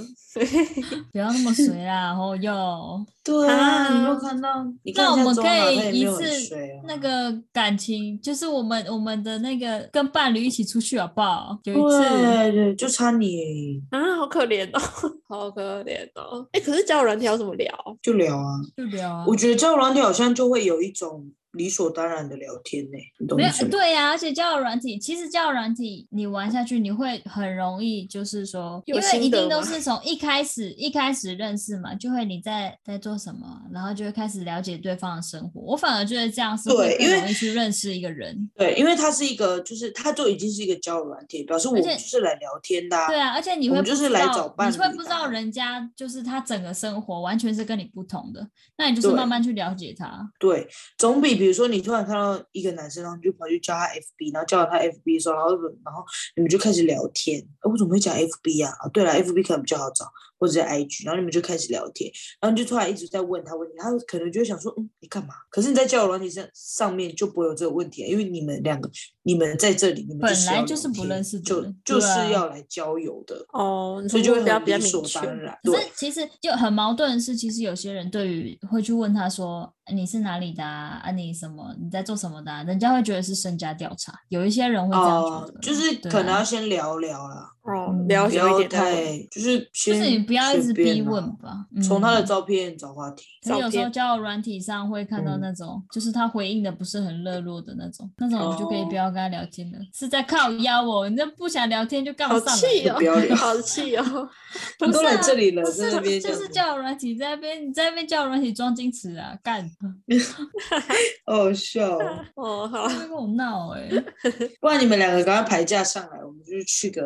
[SPEAKER 3] 不要那么随啦，哦哟。
[SPEAKER 1] 对
[SPEAKER 2] 啊
[SPEAKER 1] 你没有看到？你看
[SPEAKER 3] 那
[SPEAKER 1] 一下
[SPEAKER 3] 我们
[SPEAKER 1] 中
[SPEAKER 3] 可
[SPEAKER 1] 啊他也
[SPEAKER 3] 以
[SPEAKER 1] 没
[SPEAKER 3] 一
[SPEAKER 1] 有很
[SPEAKER 3] 次
[SPEAKER 1] 衰啊
[SPEAKER 3] 那个感情，就是我们我们的那个跟伴侣一起出去好不好？有一次
[SPEAKER 1] 对对，就差你而已
[SPEAKER 2] 啊，好可怜哦， 好可怜哦。哎，可是交友软体要怎么聊？
[SPEAKER 1] 就聊啊。
[SPEAKER 3] 就聊啊，
[SPEAKER 1] 我觉得交友软体好像就会有一种理所当然的聊天呢、你懂
[SPEAKER 3] 没
[SPEAKER 1] 我
[SPEAKER 3] 有
[SPEAKER 1] 意思吗？
[SPEAKER 3] 对呀、而且交友软体，其实交友软体你玩下去，你会很容易就是说，因
[SPEAKER 2] 有
[SPEAKER 3] 为
[SPEAKER 2] 心
[SPEAKER 3] 一
[SPEAKER 2] 得
[SPEAKER 3] 定都
[SPEAKER 2] 吗
[SPEAKER 3] 是从一开始一开始认识嘛，就会你在在做什么，然后就会开始了解对方的生活。我反而觉得这样是会
[SPEAKER 1] 对因
[SPEAKER 3] 更
[SPEAKER 1] 为
[SPEAKER 3] 容易去认识一个人。
[SPEAKER 1] 对，因为它是一个，就是它就已经是一个交友软体，表示我
[SPEAKER 3] 而
[SPEAKER 1] 们
[SPEAKER 3] 且
[SPEAKER 1] 就是来聊天的、啊。
[SPEAKER 3] 对啊，而且你
[SPEAKER 1] 我
[SPEAKER 3] 会
[SPEAKER 1] 们
[SPEAKER 3] 不
[SPEAKER 1] 就是
[SPEAKER 3] 知
[SPEAKER 1] 来
[SPEAKER 3] 道
[SPEAKER 1] 找伴
[SPEAKER 3] 你会
[SPEAKER 1] 侣
[SPEAKER 3] 不知
[SPEAKER 1] 的啊
[SPEAKER 3] 道人家就是他整个生活完全是跟你不同的，那你就是
[SPEAKER 1] 对
[SPEAKER 3] 慢慢去了解他。
[SPEAKER 1] 对，总比比如说你突然看到一个男生，然后你就跑去加他 FB，然后加了他 FB 的时候，然后然后你们就开始聊天。哎，我怎么会讲 FB 啊？啊对了，FB 可能比较好找，或者是 IG，然后你们就开始聊天，然后你就突然一直在问他问题，他可能就会想说，嗯，你干嘛？可是你在交友软体上上面就不会有这个问题啊，因为你们两个，你们在这里，你们
[SPEAKER 3] 本
[SPEAKER 1] 是
[SPEAKER 3] 来
[SPEAKER 1] 要
[SPEAKER 3] 就
[SPEAKER 1] 聊
[SPEAKER 3] 是不
[SPEAKER 1] 天
[SPEAKER 3] 认识的
[SPEAKER 1] 就
[SPEAKER 3] 人
[SPEAKER 1] 就
[SPEAKER 3] 对
[SPEAKER 1] 是
[SPEAKER 3] 啊
[SPEAKER 1] 要来交友的。
[SPEAKER 2] 哦，你
[SPEAKER 1] 所
[SPEAKER 2] 说
[SPEAKER 1] 以就
[SPEAKER 2] 目
[SPEAKER 1] 会
[SPEAKER 2] 标
[SPEAKER 1] 很
[SPEAKER 2] 比较
[SPEAKER 1] 理
[SPEAKER 2] 明
[SPEAKER 1] 所
[SPEAKER 2] 确，
[SPEAKER 1] 当然。
[SPEAKER 3] 可是
[SPEAKER 1] 对，
[SPEAKER 3] 其实就很矛盾的是，其实有些人对于会去问他说你是哪里的啊，啊你什么你在做什么的、啊，人家会觉得是身家调查，有一些人会这样觉
[SPEAKER 1] 哦
[SPEAKER 3] 得，，
[SPEAKER 1] 就是
[SPEAKER 3] 对
[SPEAKER 1] 可能
[SPEAKER 3] 啊
[SPEAKER 1] 要先聊聊啦，
[SPEAKER 2] 哦
[SPEAKER 3] 嗯，
[SPEAKER 2] 了
[SPEAKER 1] 不
[SPEAKER 2] 解一
[SPEAKER 1] 要
[SPEAKER 2] 点再问
[SPEAKER 1] 太就是
[SPEAKER 3] 就
[SPEAKER 1] 先
[SPEAKER 3] 是你不要一
[SPEAKER 1] 随
[SPEAKER 3] 直
[SPEAKER 1] 便
[SPEAKER 3] 逼
[SPEAKER 1] 啊
[SPEAKER 3] 问吧，
[SPEAKER 1] 从他的
[SPEAKER 3] 嗯
[SPEAKER 1] 照片找话题。
[SPEAKER 3] 可是有时
[SPEAKER 2] 照
[SPEAKER 3] 候
[SPEAKER 2] 片
[SPEAKER 3] 交友软体上会看到
[SPEAKER 1] 嗯
[SPEAKER 3] 那种，就是他回应的不是很热络的那种，那种你就可
[SPEAKER 1] 哦
[SPEAKER 3] 以不要跟他聊天了，是在靠腰哦，你这不想聊天就杠
[SPEAKER 2] 好
[SPEAKER 3] 上来
[SPEAKER 2] 气
[SPEAKER 1] 就
[SPEAKER 2] 哦
[SPEAKER 1] 不 要脸，
[SPEAKER 2] 好气哦！
[SPEAKER 3] 不
[SPEAKER 1] 都
[SPEAKER 3] 是
[SPEAKER 1] 来
[SPEAKER 3] 啊
[SPEAKER 1] 这里了，
[SPEAKER 3] 不
[SPEAKER 1] 在那
[SPEAKER 3] 是，
[SPEAKER 1] 边
[SPEAKER 3] 就是交友软体在那边，你在那边交友软体装矜持啊，干，
[SPEAKER 1] 哦笑哦。
[SPEAKER 2] 哦，好，
[SPEAKER 3] 他跟我闹哎、
[SPEAKER 1] 不然你们两个赶快排假上来，我们就去个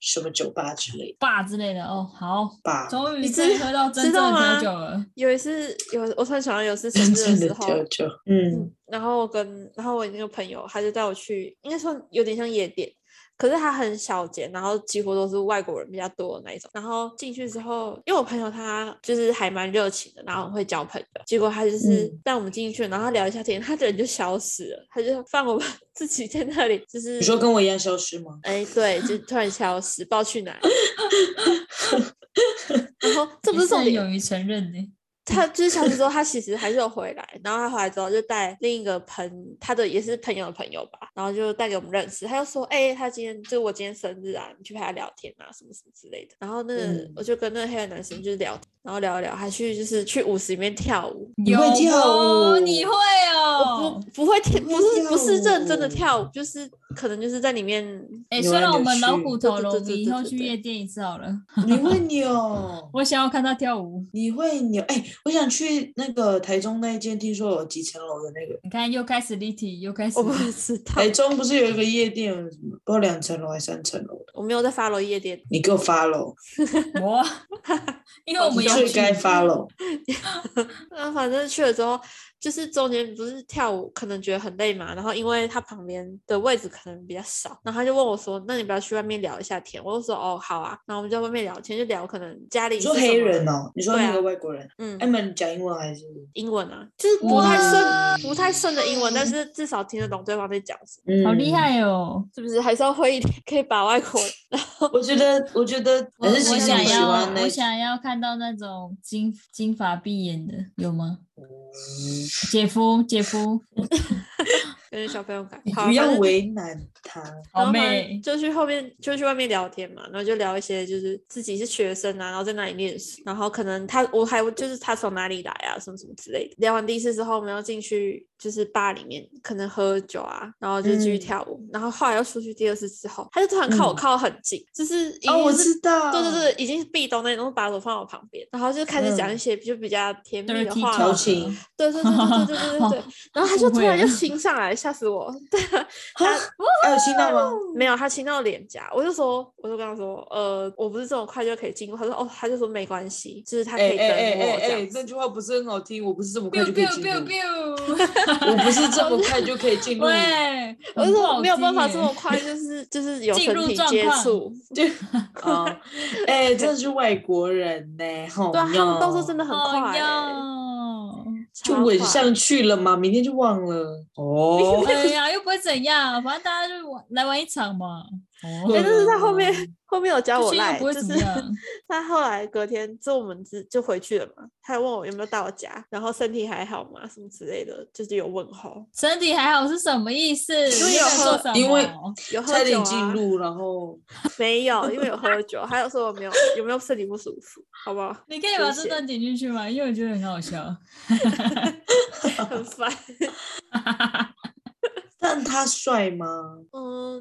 [SPEAKER 1] 什么酒吧之类的
[SPEAKER 3] 爸之类的哦，好，
[SPEAKER 1] 吧。
[SPEAKER 3] 终于
[SPEAKER 2] 你
[SPEAKER 3] 可以
[SPEAKER 2] 知
[SPEAKER 3] 喝到真
[SPEAKER 2] 知道
[SPEAKER 3] 正的
[SPEAKER 2] 吗
[SPEAKER 3] 调酒了，
[SPEAKER 2] 有一次有我突然想到有一次生
[SPEAKER 1] 真正
[SPEAKER 2] 日的 时
[SPEAKER 1] 的
[SPEAKER 2] 候，
[SPEAKER 1] 调酒，嗯，
[SPEAKER 2] 嗯，然后我跟然后我那个朋友，他就带我去，应该说有点像夜店，可是它很小间，然后几乎都是外国人比较多的那一种。然后进去之后，因为我朋友他就是还蛮热情的，然后很会交朋友，结果他就是
[SPEAKER 1] 嗯
[SPEAKER 2] 带我们进去，然后他聊一下天，他人就消失了，他就放我们 自己在那里，就是
[SPEAKER 1] 你说跟我一样消失吗？
[SPEAKER 2] 哎，对，就突然消失，不知道 去哪里。然后这不
[SPEAKER 3] 也
[SPEAKER 2] 是重
[SPEAKER 3] 很
[SPEAKER 2] 点，
[SPEAKER 3] 勇于承认的、
[SPEAKER 2] 他就是消失之后，他其实还是有回来，然后他回来之后就带另一个朋，他的也是朋友的朋友吧，然后就带给我们认识。他就说：“哎、他今天就是我今天生日啊，你去陪他聊天啊，什么什么之类的。”然后那个、
[SPEAKER 1] 嗯
[SPEAKER 2] 我就跟那个黑人男生就是聊，然后聊一聊，他去就是去舞池里面跳舞，
[SPEAKER 1] 你会跳
[SPEAKER 3] 有哦你
[SPEAKER 1] 舞
[SPEAKER 3] 会
[SPEAKER 2] 我
[SPEAKER 3] 哦。
[SPEAKER 2] 不不会跳，
[SPEAKER 1] 不
[SPEAKER 2] 不
[SPEAKER 1] 会
[SPEAKER 2] 是不是
[SPEAKER 1] 跳
[SPEAKER 2] 认真的
[SPEAKER 1] 舞
[SPEAKER 2] 跳舞，就是可能就是在里面
[SPEAKER 3] 哎、
[SPEAKER 1] 扭
[SPEAKER 3] 虽
[SPEAKER 1] 来
[SPEAKER 3] 然我
[SPEAKER 1] 扭
[SPEAKER 3] 们老
[SPEAKER 1] 去
[SPEAKER 3] 骨
[SPEAKER 2] 对
[SPEAKER 3] 头
[SPEAKER 2] 对
[SPEAKER 3] 了，
[SPEAKER 2] 对
[SPEAKER 3] 我
[SPEAKER 2] 对
[SPEAKER 3] 们以
[SPEAKER 2] 对
[SPEAKER 3] 后
[SPEAKER 2] 对
[SPEAKER 3] 去
[SPEAKER 2] 对
[SPEAKER 3] 夜店一次好了。
[SPEAKER 1] 你会扭，
[SPEAKER 3] 我想要看他跳舞。
[SPEAKER 1] 你会扭，哎、我想去那个台中那一间，听说有几层楼的那个。
[SPEAKER 3] 你看，又开始立体，又开始
[SPEAKER 2] 我不知道，
[SPEAKER 1] 台中不是哎有一个夜店，什么不知道两层楼还是三层楼的？
[SPEAKER 2] 我没有在发 o 夜店，
[SPEAKER 1] 你给我发喽，
[SPEAKER 3] 我，因为我们
[SPEAKER 1] 你
[SPEAKER 3] 要
[SPEAKER 1] 最
[SPEAKER 3] 去
[SPEAKER 1] 该发喽。
[SPEAKER 2] 那啊反正去了之后，就是中间不是跳舞，可能觉得很累嘛。然后因为他旁边的位置可能比较少，然后他就问我说：“那你不要去外面聊一下天？”我就说：“哦，好啊。”然后我们就在外面聊天，就聊可能家里
[SPEAKER 1] 你说
[SPEAKER 2] 是什
[SPEAKER 1] 黑
[SPEAKER 2] 么
[SPEAKER 1] 人，哦？你说
[SPEAKER 2] 对
[SPEAKER 1] 那个
[SPEAKER 2] 啊
[SPEAKER 1] 外国人？他
[SPEAKER 2] 嗯，
[SPEAKER 1] 们讲英文还是？
[SPEAKER 2] 英文啊，就是不太
[SPEAKER 1] 哇
[SPEAKER 2] 顺，不太顺的英文，但是至少听得懂对方在讲什么，
[SPEAKER 1] 嗯
[SPEAKER 3] 好厉！害哦！
[SPEAKER 2] 是不是？还是要会一点，可以把外国人
[SPEAKER 1] 嗯我觉得，我觉得
[SPEAKER 3] 我
[SPEAKER 1] 还
[SPEAKER 3] 我
[SPEAKER 1] 是其实
[SPEAKER 3] 想
[SPEAKER 1] 我喜
[SPEAKER 3] 要
[SPEAKER 1] 欢，那
[SPEAKER 3] 我想要看到那种金金发碧眼的，有吗？
[SPEAKER 2] 嗯
[SPEAKER 3] 姐夫，姐夫，
[SPEAKER 2] 有点小朋友感。好，
[SPEAKER 1] 不
[SPEAKER 2] 反
[SPEAKER 1] 要
[SPEAKER 2] 正
[SPEAKER 1] 为难他。
[SPEAKER 3] 好
[SPEAKER 2] 然后反正
[SPEAKER 3] 妹，
[SPEAKER 2] 就去后面就去外面聊天嘛，然后就聊一些就是自己是学生啊，然后在哪里念书，然后可能他我还就是他从哪里来啊，什么什么之类的。聊完第一次之后，我们要进去就是吧里面可能喝酒啊，然后就继续
[SPEAKER 1] 嗯
[SPEAKER 2] 跳舞，然后后来又出去第二次之后，他就突然靠我
[SPEAKER 1] 嗯
[SPEAKER 2] 靠得很近，就是已经
[SPEAKER 1] 哦，我
[SPEAKER 2] 是
[SPEAKER 1] 知道。
[SPEAKER 2] 对对对，已经是壁咚那种，把手放我旁边，然后就开始讲一
[SPEAKER 1] 嗯
[SPEAKER 2] 些就比较甜蜜的
[SPEAKER 3] Dirty
[SPEAKER 2] 话
[SPEAKER 3] talk
[SPEAKER 1] 调
[SPEAKER 2] 啊，
[SPEAKER 1] 情。
[SPEAKER 2] 对对对对对对对 对对，然后他
[SPEAKER 3] 误
[SPEAKER 2] 就突
[SPEAKER 3] 会
[SPEAKER 2] 然就
[SPEAKER 3] 了
[SPEAKER 1] 啊
[SPEAKER 2] 亲上来，吓死我！对，
[SPEAKER 1] 哈，
[SPEAKER 2] 啊
[SPEAKER 1] 还有听到吗？
[SPEAKER 2] 没有，他亲到脸颊，我就说，我就跟他说，呃，我不是这么快就可以进入。他说，哦，他就说没关系，就是他可
[SPEAKER 1] 哎
[SPEAKER 2] 以等
[SPEAKER 1] 哎哎
[SPEAKER 2] 我这
[SPEAKER 1] 哎哎
[SPEAKER 2] 样，
[SPEAKER 1] 那
[SPEAKER 2] 子。
[SPEAKER 1] 句话不是很好听。我不是这么快
[SPEAKER 3] biu
[SPEAKER 1] 就可以
[SPEAKER 3] biu
[SPEAKER 1] 进入
[SPEAKER 3] biu，biu，
[SPEAKER 1] 我不是这么快就可以进 入。
[SPEAKER 3] 喂，
[SPEAKER 2] 我就
[SPEAKER 3] 很不
[SPEAKER 2] 说
[SPEAKER 3] 好
[SPEAKER 2] 没有办法
[SPEAKER 3] 听
[SPEAKER 2] 这
[SPEAKER 3] 耶
[SPEAKER 2] 么快， 就是就是有
[SPEAKER 3] 进
[SPEAKER 2] 身
[SPEAKER 3] 入
[SPEAKER 2] 体
[SPEAKER 3] 状
[SPEAKER 2] 接
[SPEAKER 3] 况
[SPEAKER 2] 触，
[SPEAKER 1] 啊，哎，真的是外国人呢，吼
[SPEAKER 2] 对啊，他们到时候
[SPEAKER 1] 哟
[SPEAKER 2] 真的很
[SPEAKER 3] 哦
[SPEAKER 2] 快、欸，
[SPEAKER 3] 哟。，
[SPEAKER 1] 就
[SPEAKER 2] 超
[SPEAKER 1] 吻
[SPEAKER 2] 快
[SPEAKER 1] 上去了嘛，明天就忘了。哦
[SPEAKER 2] 欸
[SPEAKER 3] 哎呀，又不会怎样，反正大家就玩来玩一场嘛。哦
[SPEAKER 2] 哎、但是他后面后面有教
[SPEAKER 3] 就
[SPEAKER 2] 啊我
[SPEAKER 3] 去又
[SPEAKER 2] 赖，
[SPEAKER 3] 不会
[SPEAKER 2] 就
[SPEAKER 3] 怎么
[SPEAKER 2] 是
[SPEAKER 3] 样
[SPEAKER 2] 他后来隔天就我们就就回去了嘛，他还问我有没有到家，然后身体还好吗，什么之类的，就是有问候，
[SPEAKER 3] 身体还好是什么意思？
[SPEAKER 2] 因为
[SPEAKER 3] 你
[SPEAKER 2] 有
[SPEAKER 3] 在做
[SPEAKER 2] 喝
[SPEAKER 3] 什
[SPEAKER 1] 因为
[SPEAKER 3] 么
[SPEAKER 2] 有喝
[SPEAKER 1] 差
[SPEAKER 2] 酒
[SPEAKER 1] 点
[SPEAKER 2] 啊？
[SPEAKER 1] 进入，然后
[SPEAKER 2] 没有，因为有 喝酒，还有说我没有有没有身体不舒服，好不好？
[SPEAKER 3] 你可以把
[SPEAKER 2] 谢
[SPEAKER 3] 这
[SPEAKER 2] 谢
[SPEAKER 3] 段剪进去吗？因为我觉得很好笑。
[SPEAKER 2] 很烦。
[SPEAKER 1] 但他帅吗？
[SPEAKER 2] 嗯，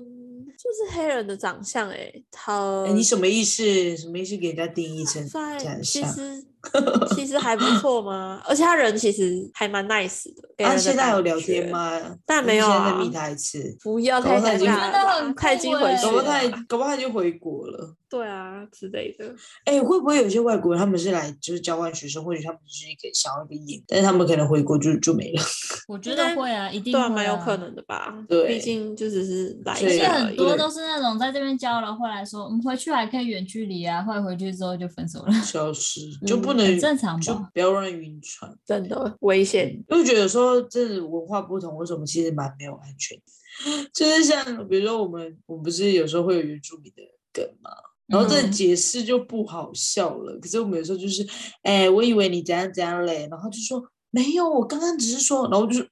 [SPEAKER 2] 就是黑人的长相哎、好、
[SPEAKER 1] 哎，你什么意思？什么意思？给人家定义成
[SPEAKER 2] 帅
[SPEAKER 1] 长，
[SPEAKER 2] 其
[SPEAKER 1] 相？
[SPEAKER 2] 实其实还不错嘛，而且他人其实还蛮 nice 的。给
[SPEAKER 1] 啊，
[SPEAKER 2] 人的
[SPEAKER 1] 现在
[SPEAKER 2] 感
[SPEAKER 1] 有聊天
[SPEAKER 2] 觉？
[SPEAKER 1] 吗？
[SPEAKER 2] 但
[SPEAKER 1] 你
[SPEAKER 2] 没有
[SPEAKER 1] 现在再
[SPEAKER 2] 啊
[SPEAKER 1] 密他一次，
[SPEAKER 2] 不要
[SPEAKER 1] 搞不
[SPEAKER 2] 太
[SPEAKER 1] 好他已
[SPEAKER 2] 尴
[SPEAKER 1] 经我
[SPEAKER 2] 尬了
[SPEAKER 3] 觉得
[SPEAKER 2] 吧
[SPEAKER 3] 很，
[SPEAKER 2] 他已
[SPEAKER 3] 酷
[SPEAKER 2] 经回
[SPEAKER 3] 欸
[SPEAKER 1] 搞不好
[SPEAKER 2] 去了
[SPEAKER 1] 他已
[SPEAKER 2] 吧，
[SPEAKER 1] 搞不好他就回国了。
[SPEAKER 2] 对啊之类的。
[SPEAKER 1] 哎、会不会有些外国人他们是来就是交换学生，或者他们是一个想要一个演，但是他们可能回国就就没了。
[SPEAKER 3] 我觉
[SPEAKER 2] 应
[SPEAKER 3] 得
[SPEAKER 2] 该
[SPEAKER 3] 会啊，一定
[SPEAKER 2] 对啊，
[SPEAKER 3] 会
[SPEAKER 2] 蛮有
[SPEAKER 3] 啊
[SPEAKER 2] 可能的吧。
[SPEAKER 1] 对
[SPEAKER 2] 毕竟就只是来
[SPEAKER 1] 所
[SPEAKER 2] 一
[SPEAKER 3] 而
[SPEAKER 1] 以
[SPEAKER 3] 且
[SPEAKER 2] 下而
[SPEAKER 3] 很
[SPEAKER 2] 已
[SPEAKER 3] 多
[SPEAKER 1] 对啊
[SPEAKER 3] 都是那种在这边交了，后来说我嗯们回去还可以远距离啊，后来回去之后就分手了，
[SPEAKER 1] 消失就不
[SPEAKER 2] 嗯
[SPEAKER 1] 能、
[SPEAKER 3] 很正常
[SPEAKER 1] 就
[SPEAKER 3] 吧？
[SPEAKER 1] 不要乱晕船。
[SPEAKER 2] 真的危险。
[SPEAKER 1] 因为我觉得有时候这文化不同，为什么其实蛮没有安全感？ 就是像比如说我们我们不是有时候会有原住民的梗嘛，然后这
[SPEAKER 2] 嗯
[SPEAKER 1] 解释就不好笑了。可是我们有时候就是，哎、我以为你怎样怎样嘞，然后就说没有，我刚刚只是说，然后就是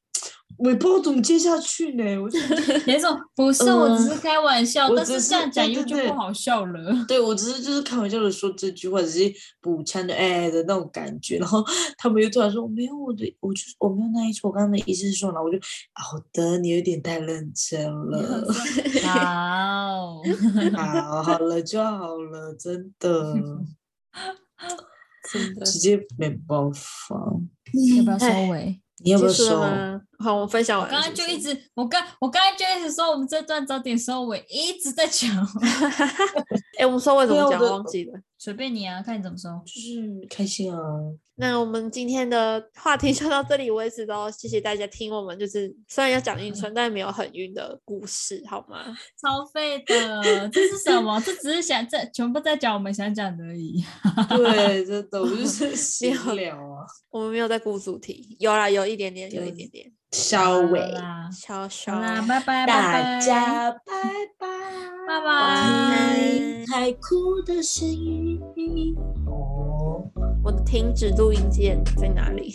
[SPEAKER 1] 我也不知道怎么接下去呢， 我就
[SPEAKER 3] 有一种不是，我只
[SPEAKER 1] 嗯
[SPEAKER 3] 是开玩笑，
[SPEAKER 1] 我
[SPEAKER 3] 但
[SPEAKER 1] 只
[SPEAKER 3] 是
[SPEAKER 1] 是
[SPEAKER 3] 这样讲
[SPEAKER 1] 对
[SPEAKER 3] 又
[SPEAKER 1] 对
[SPEAKER 3] 就
[SPEAKER 1] 对
[SPEAKER 3] 不好笑了。
[SPEAKER 1] 对我只是就是开玩笑的说这句话，只是补枪的哎的那种感觉，然后 他们就突然说没有我的，我就是我没有那一次，我刚刚的意思是说，然后我就好的，你有点太认真了，
[SPEAKER 3] 哇哦，
[SPEAKER 1] 好好了就好了，真 的
[SPEAKER 2] 真的。
[SPEAKER 1] 直接没办法，
[SPEAKER 3] 要不要收
[SPEAKER 2] 哎
[SPEAKER 3] 尾？
[SPEAKER 1] 你要不
[SPEAKER 2] 结
[SPEAKER 1] 要
[SPEAKER 2] 束
[SPEAKER 1] 收
[SPEAKER 2] 了？吗？好，我分享
[SPEAKER 3] 我
[SPEAKER 2] 完了
[SPEAKER 3] 刚刚
[SPEAKER 2] 是
[SPEAKER 3] 就
[SPEAKER 2] 不
[SPEAKER 3] 一
[SPEAKER 2] 是
[SPEAKER 3] 直，我刚我刚刚就一直说我们这段早点收尾，一直在讲，
[SPEAKER 2] 哎、我们说为什
[SPEAKER 1] 对啊
[SPEAKER 2] 么
[SPEAKER 1] 我
[SPEAKER 2] 讲
[SPEAKER 1] 的
[SPEAKER 2] 忘记了？
[SPEAKER 3] 随便你啊，看你怎么收。
[SPEAKER 1] 就是开心啊，
[SPEAKER 2] 那我们今天的 话题就到这里为止喽，谢谢大家听我们就是虽然要 讲晕船，但没有很晕的故事，好吗？
[SPEAKER 3] 超废的，这是什么？这只是想这全部在讲我们想讲的而已。
[SPEAKER 1] 对，真的我 就是闲聊啊，
[SPEAKER 2] 我们没有在顾主题，有啦，有一点点，有
[SPEAKER 1] 对
[SPEAKER 2] 一点点，
[SPEAKER 1] 稍
[SPEAKER 3] 好
[SPEAKER 1] 微，
[SPEAKER 3] 啦，
[SPEAKER 2] 小小
[SPEAKER 3] 好啦，拜拜，
[SPEAKER 1] 大
[SPEAKER 3] 拜拜，
[SPEAKER 1] 家拜拜，
[SPEAKER 3] 拜
[SPEAKER 2] 晚
[SPEAKER 3] 拜。
[SPEAKER 2] 安。
[SPEAKER 1] 海哭的声音。哦。
[SPEAKER 2] 我的停止录音键在哪里？